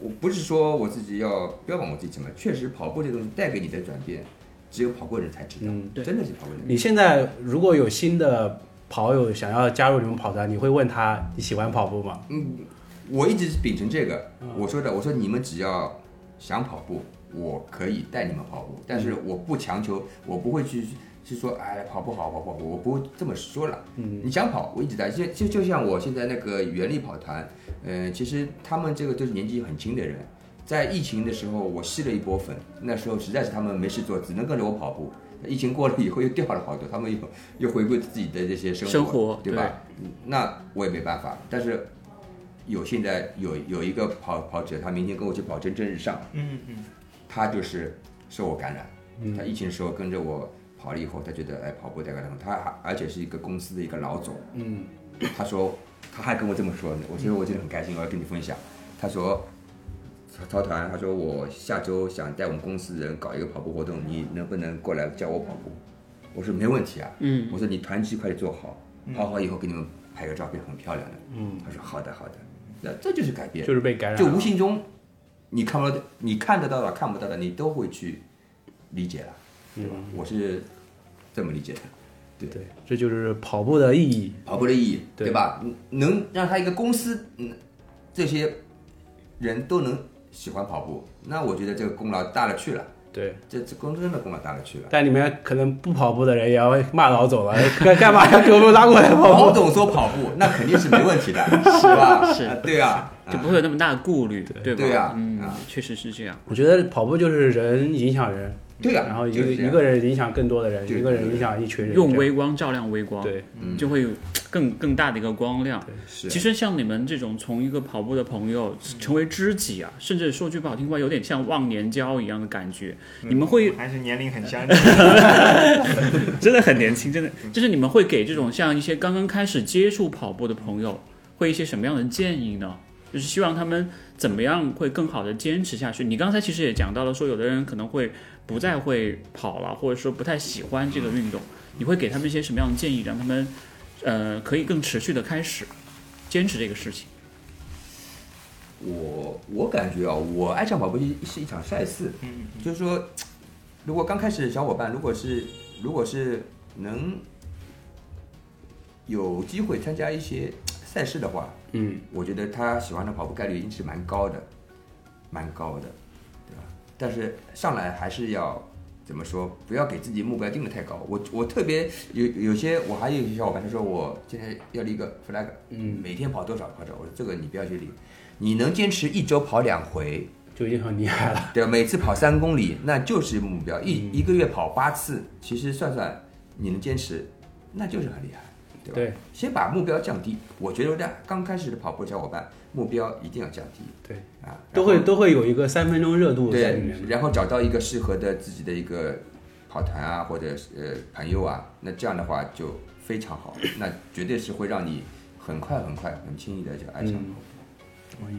我不是说我自己要标榜我自己什么，确实跑步这东西带给你的转变，只有跑过的人才知道，嗯对真的是跑过的人。你现在如果有新的跑友想要加入你们跑团，你会问他你喜欢跑步吗？嗯，我一直是秉承这个，我说的，我说你们只要想跑步，我可以带你们跑步，但是我不强求，我不会去去说，哎，跑不好，跑不好，我不会这么说了。嗯，你想跑，我一直在，就就就像我现在那个原力跑团，呃，其实他们这个都是年纪很轻的人。在疫情的时候，我吸了一波粉，那时候实在是他们没事做，只能跟着我跑步。疫情过了以后又掉了好多，他们又 又回归自己的这些生活，生活对吧？那我也没办法，但是有现在有有一个跑跑者，他明天跟我去跑蒸蒸日上，嗯嗯，他就是受我感染，他疫情的时候跟着我跑了以后，他觉得哎跑步带给他，他还而且是一个公司的一个老总，嗯，他说他还跟我这么说呢，我觉得我真的很开心，我要跟你分享。他说曹曹团，他说我下周想带我们公司人搞一个跑步活动，你能不能过来教我跑步？我说没问题啊，嗯，我说你团期快点做好，跑好以后给你们拍个照片，很漂亮的。嗯，他说好的好的，那这就是改变，就是被感染就了，无形中，你看不到的，你看得到的，看不到的，你都会去理解了，对嗯吧？我是这么理解的。对，这就是跑步的意义。跑步的意义，对对吧？嗯能让他一个公司，嗯，这些人都能喜欢跑步，那我觉得这个功劳大了去了，对，这这公真的功劳大了去 了。但里面可能不跑步的人也要骂老总了，啊 干干嘛要给我们拉过来跑 老步？总说跑步，那肯定是没问 题的，是吧？是啊对啊，就啊不会有那么大的顾虑，对吧？对啊嗯啊，确实是这样。我觉得跑步就是人影响人，对啊，然后一就个是这样一个人影响更多的人，就是一个人影响一群人，用微光照亮微光，这样就嗯会有更更大的一个光亮。是其实像你们这种从一个跑步的朋友成为知己啊，甚至说句不好听话，有点像忘年交一样的感觉。你们会还是年龄很相近， 真的很年轻，真的就是你们会给这种像一些刚刚开始接触跑步的朋友，会一些什么样的建议呢？就是希望他们怎么样会更好的坚持下去。你刚才其实也讲到了，说有的人可能会不再会跑了，或者说不太喜欢这个运动，你会给他们一些什么样的建议，让他们呃可以更持续的开始坚持这个事情？我我感觉啊、我爱上跑步是是一场赛事，嗯，嗯就是说，如果刚开始的小伙伴，如果是如果是能有机会参加一些赛事的话，嗯，我觉得他喜欢的跑步概率一定是蛮高的，蛮高的，对吧？但是上来还是要怎么说？不要给自己目标定的太高。我我特别有有些我还有一些小伙伴他说我现在要立个 flag，嗯，每天跑多少跑多少。我说这个你不要去立，你能坚持一周跑两回，就已经很厉害了。对，每次跑三公里，那就是目标。嗯一、一个月跑八次，其实算算你能坚持，那就是很厉害，对吧？对先把目标降低，我觉得刚开始的跑步小伙伴目标一定要降低对，啊，都然会后都会有一个三分钟热度在里对面，的。然后找到一个适合的自己的一个跑团啊，或者是呃朋友啊，那这样的话就非常好，那绝对是会让你很快很快很轻易的就爱上跑嗯步。同意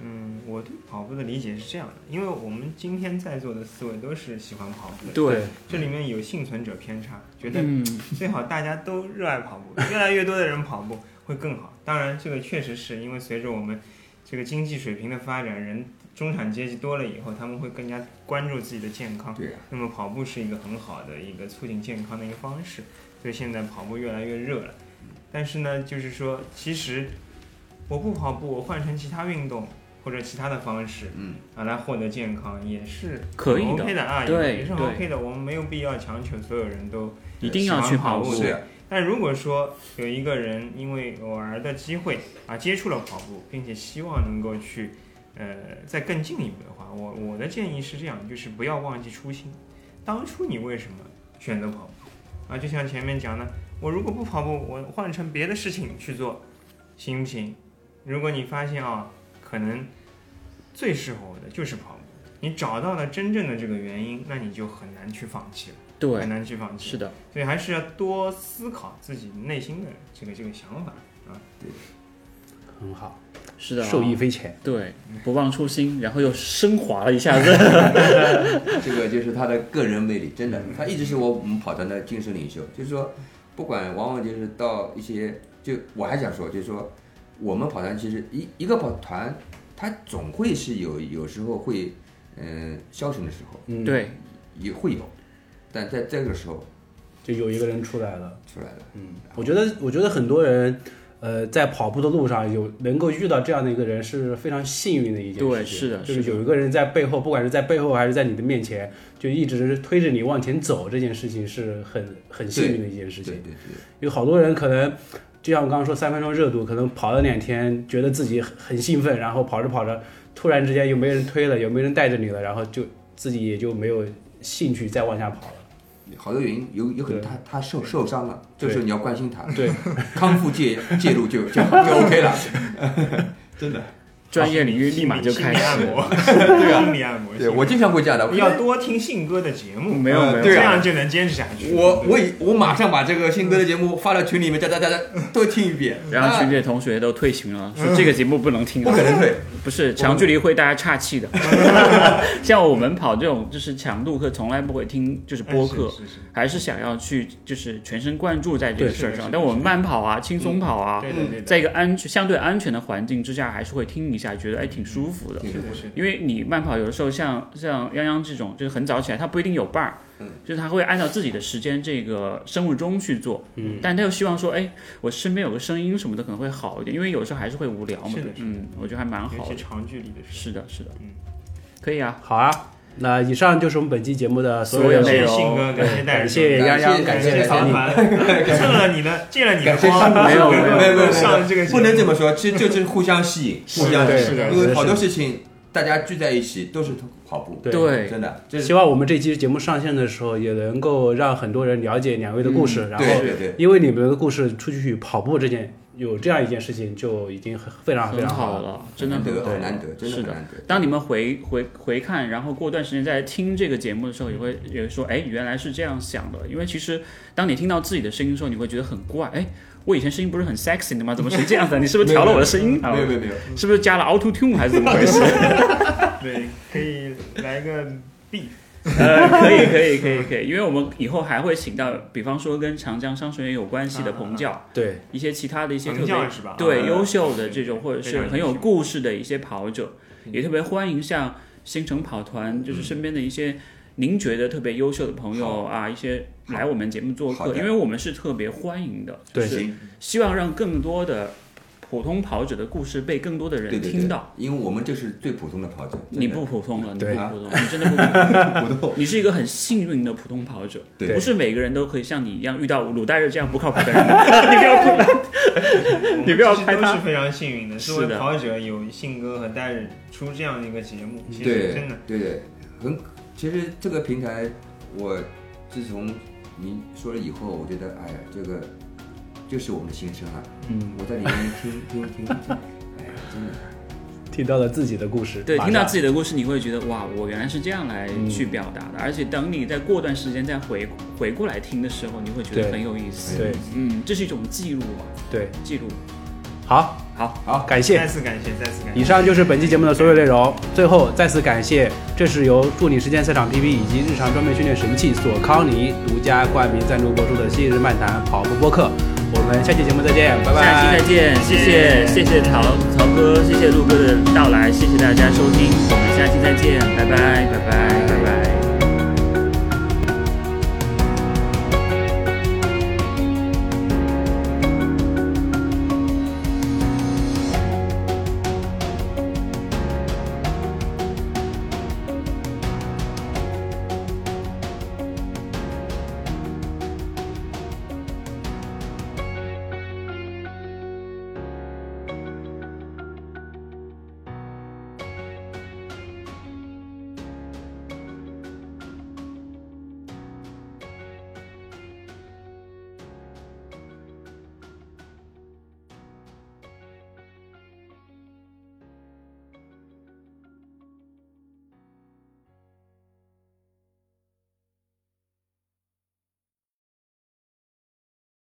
嗯，我对跑步的理解是这样的，因为我们今天在座的四位都是喜欢跑步的，对，这里面有幸存者偏差，觉得嗯，最好大家都热爱跑步，越来越多的人跑步会更好。当然，这个确实是因为随着我们这个经济水平的发展，人中产阶级多了以后，他们会更加关注自己的健康。对啊，那么跑步是一个很好的一个促进健康的一个方式，所以现在跑步越来越热了。但是呢，就是说，其实我不跑步，我换成其他运动或者其他的方式嗯，啊来获得健康也是可以的 OK 的啊，对也是很对 OK 的。我们没有必要强求所有人都一定要去跑步喜欢跑步是啊，但如果说有一个人因为偶尔的机会啊接触了跑步，并且希望能够去呃再更进一步的话，我我的建议是这样，就是不要忘记初心。当初你为什么选择跑步啊？就像前面讲的，我如果不跑步，我换成别的事情去做，行不行？如果你发现啊，可能最适合我的就是跑步，你找到了真正的这个原因，那你就很难去放弃了，很对，难去放弃。是的，所以还是要多思考自己内心的这个这个想法啊。很好，是的、受益。匪浅。对，不忘初心，然后又升华了一下 子。这个就是他的个人魅力，真嗯的，他一直是我们跑团的精神领袖。就是说，不管往往就是到一些，就我还想说，就是说，我们跑团其实一一个跑团，它总会是有有时候会，嗯、消沉的时候 嗯，，对，也会有，但在这个时候就有一个人出来了。出来了，嗯，我觉得，我觉得很多人，呃，在跑步的路上有能够遇到这样的一个人是非常幸运的一件事情。对是的就是是的有一个人在背后，不管是在背后还是在你的面前，就一直推着你往前走，这件事情是很很幸运的一件事对情对。对，有好多人可能，就像我刚刚说三分钟热度，可能跑了两天，觉得自己很很兴奋，然后跑着跑着，突然之间又没人推了，又没人带着你了，然后就自己也就没有兴趣再往下跑了。好多原因，有有可能对他他受受伤了，这对个时候你要关心他，对，康复介介入就就就 OK 了，真的，专业领域立马就开心理始啊 按。摩，对心理按摩。对我经常会这样的，要多听信哥的节目， 没有呃没有，这对啊样就能坚持下去。我我已我马上把这个信哥的节目发到群里面，大家大家都听一遍。然后群啊里的同学都退群了，嗯说这个节目不能听不了可。能退，不是长距离会大家岔气 的，像我们跑这种就是强度课，从来不会听就是播客，哎是是是还是想要去就是全神贯注在这个对事儿是的上是。的但我们慢跑啊，轻松跑啊，对对对在对，一个安全相对安全的环境之下，还是会听一下，觉得哎挺舒服的。挺是的是的。因为你慢跑有的时候像像泱泱这种，就是很早起来，他不一定有伴儿，嗯就是他会按照自己的时间这个生物钟去做，嗯，但他又希望说，哎，我身边有个声音什么的可能会好一点，因为有时候还是会无聊嘛，是的嗯，我觉得还蛮尤好其的，长距离的时是的，是的，嗯，可以啊，好啊，那以上就是我们本期节目的所有所有候，内内容容。感谢信哥，感谢戴感尔谢总，洋洋，感谢谢曹曹凡。凡， 蹭了你的，借了你的感谢光，没有没有没没有没有上了这个节目不能这么说，其实就是互相吸引，是的互相吸是的是引，因的为好多事情大家聚在一起都是通过跑步，对对，真的，这是希望我们这期节目上线的时候，也能够让很多人了解两位的故嗯事，然后对对对，因为你们的故事出去跑步这件有这样一件事情，就已经很非啊常非很常好好了。了，真的难很得好很难得，真是的很的。难得。当你们回回回看，然后过段时间再听这个节目的时候，也会嗯也会说，哎，原来是这样想的。因为其实当你听到自己的声音的时候，你会觉得很怪，哎，我以前声音不是很 sexy 的吗？怎么成这样子？你是不是调了我的声音啊没？有没有没有，是 不是加了 Auto Tune 还是怎么回事？对，可以来个 B，呃，可以，可以，可以，可以，因为我们以后还会请到，比方说跟长江商学院有关啊系的嗯嗯彭嗯教，对，一些其他的一些特成别教是吧？对，啊优秀的这种或者非是常很有优秀故事的一些跑者，也特别欢迎像新城跑团，就是身边的一些您觉得特别优秀的朋友啊，一些来我们节目做好客，的因为我们是特别欢迎的，就对是行，希望让更多的普通跑者的故事被更多的对人对听对到。，因为我们这是最普通的跑者，你不普通了，你不对普通，你真的不普普通，通，你是一个很幸运的普通跑者，对不是每个人都可以像你一样遇到鲁代日这样不靠谱的人，你不要哭了。 你不要拍我们其实他都是非常幸运的，作是为的跑者有信哥和戴忍出这样的一个节目，其实对真的，对对，很，其实这个平台，我自从您说了以后，我觉得，哎呀，这个就是我们的心声啊，嗯，我在里面听听听听，哎呀，真的，听到了自己的故事，对，马听到上自己的故事，你会觉得哇，我原来是这样来嗯去表达的，而且等你再过段时间再回回过来听的时候，你会觉对得很有意思。对嗯，这是一种记录嘛，对，记录。好，好，好，感谢再。次感谢，再次感谢以。上就是本期节目的所有内容。最后再次感谢，这是由助理实践赛场 PP 以及日常装备训练神器索康尼独家冠名赞助播出的《昔日漫谈跑步播客》，我们下期节目再见，拜拜。下期再见，谢谢谢谢曹曹哥，谢谢陆哥的到来，谢谢大家收听，我们下期再见，拜拜拜拜。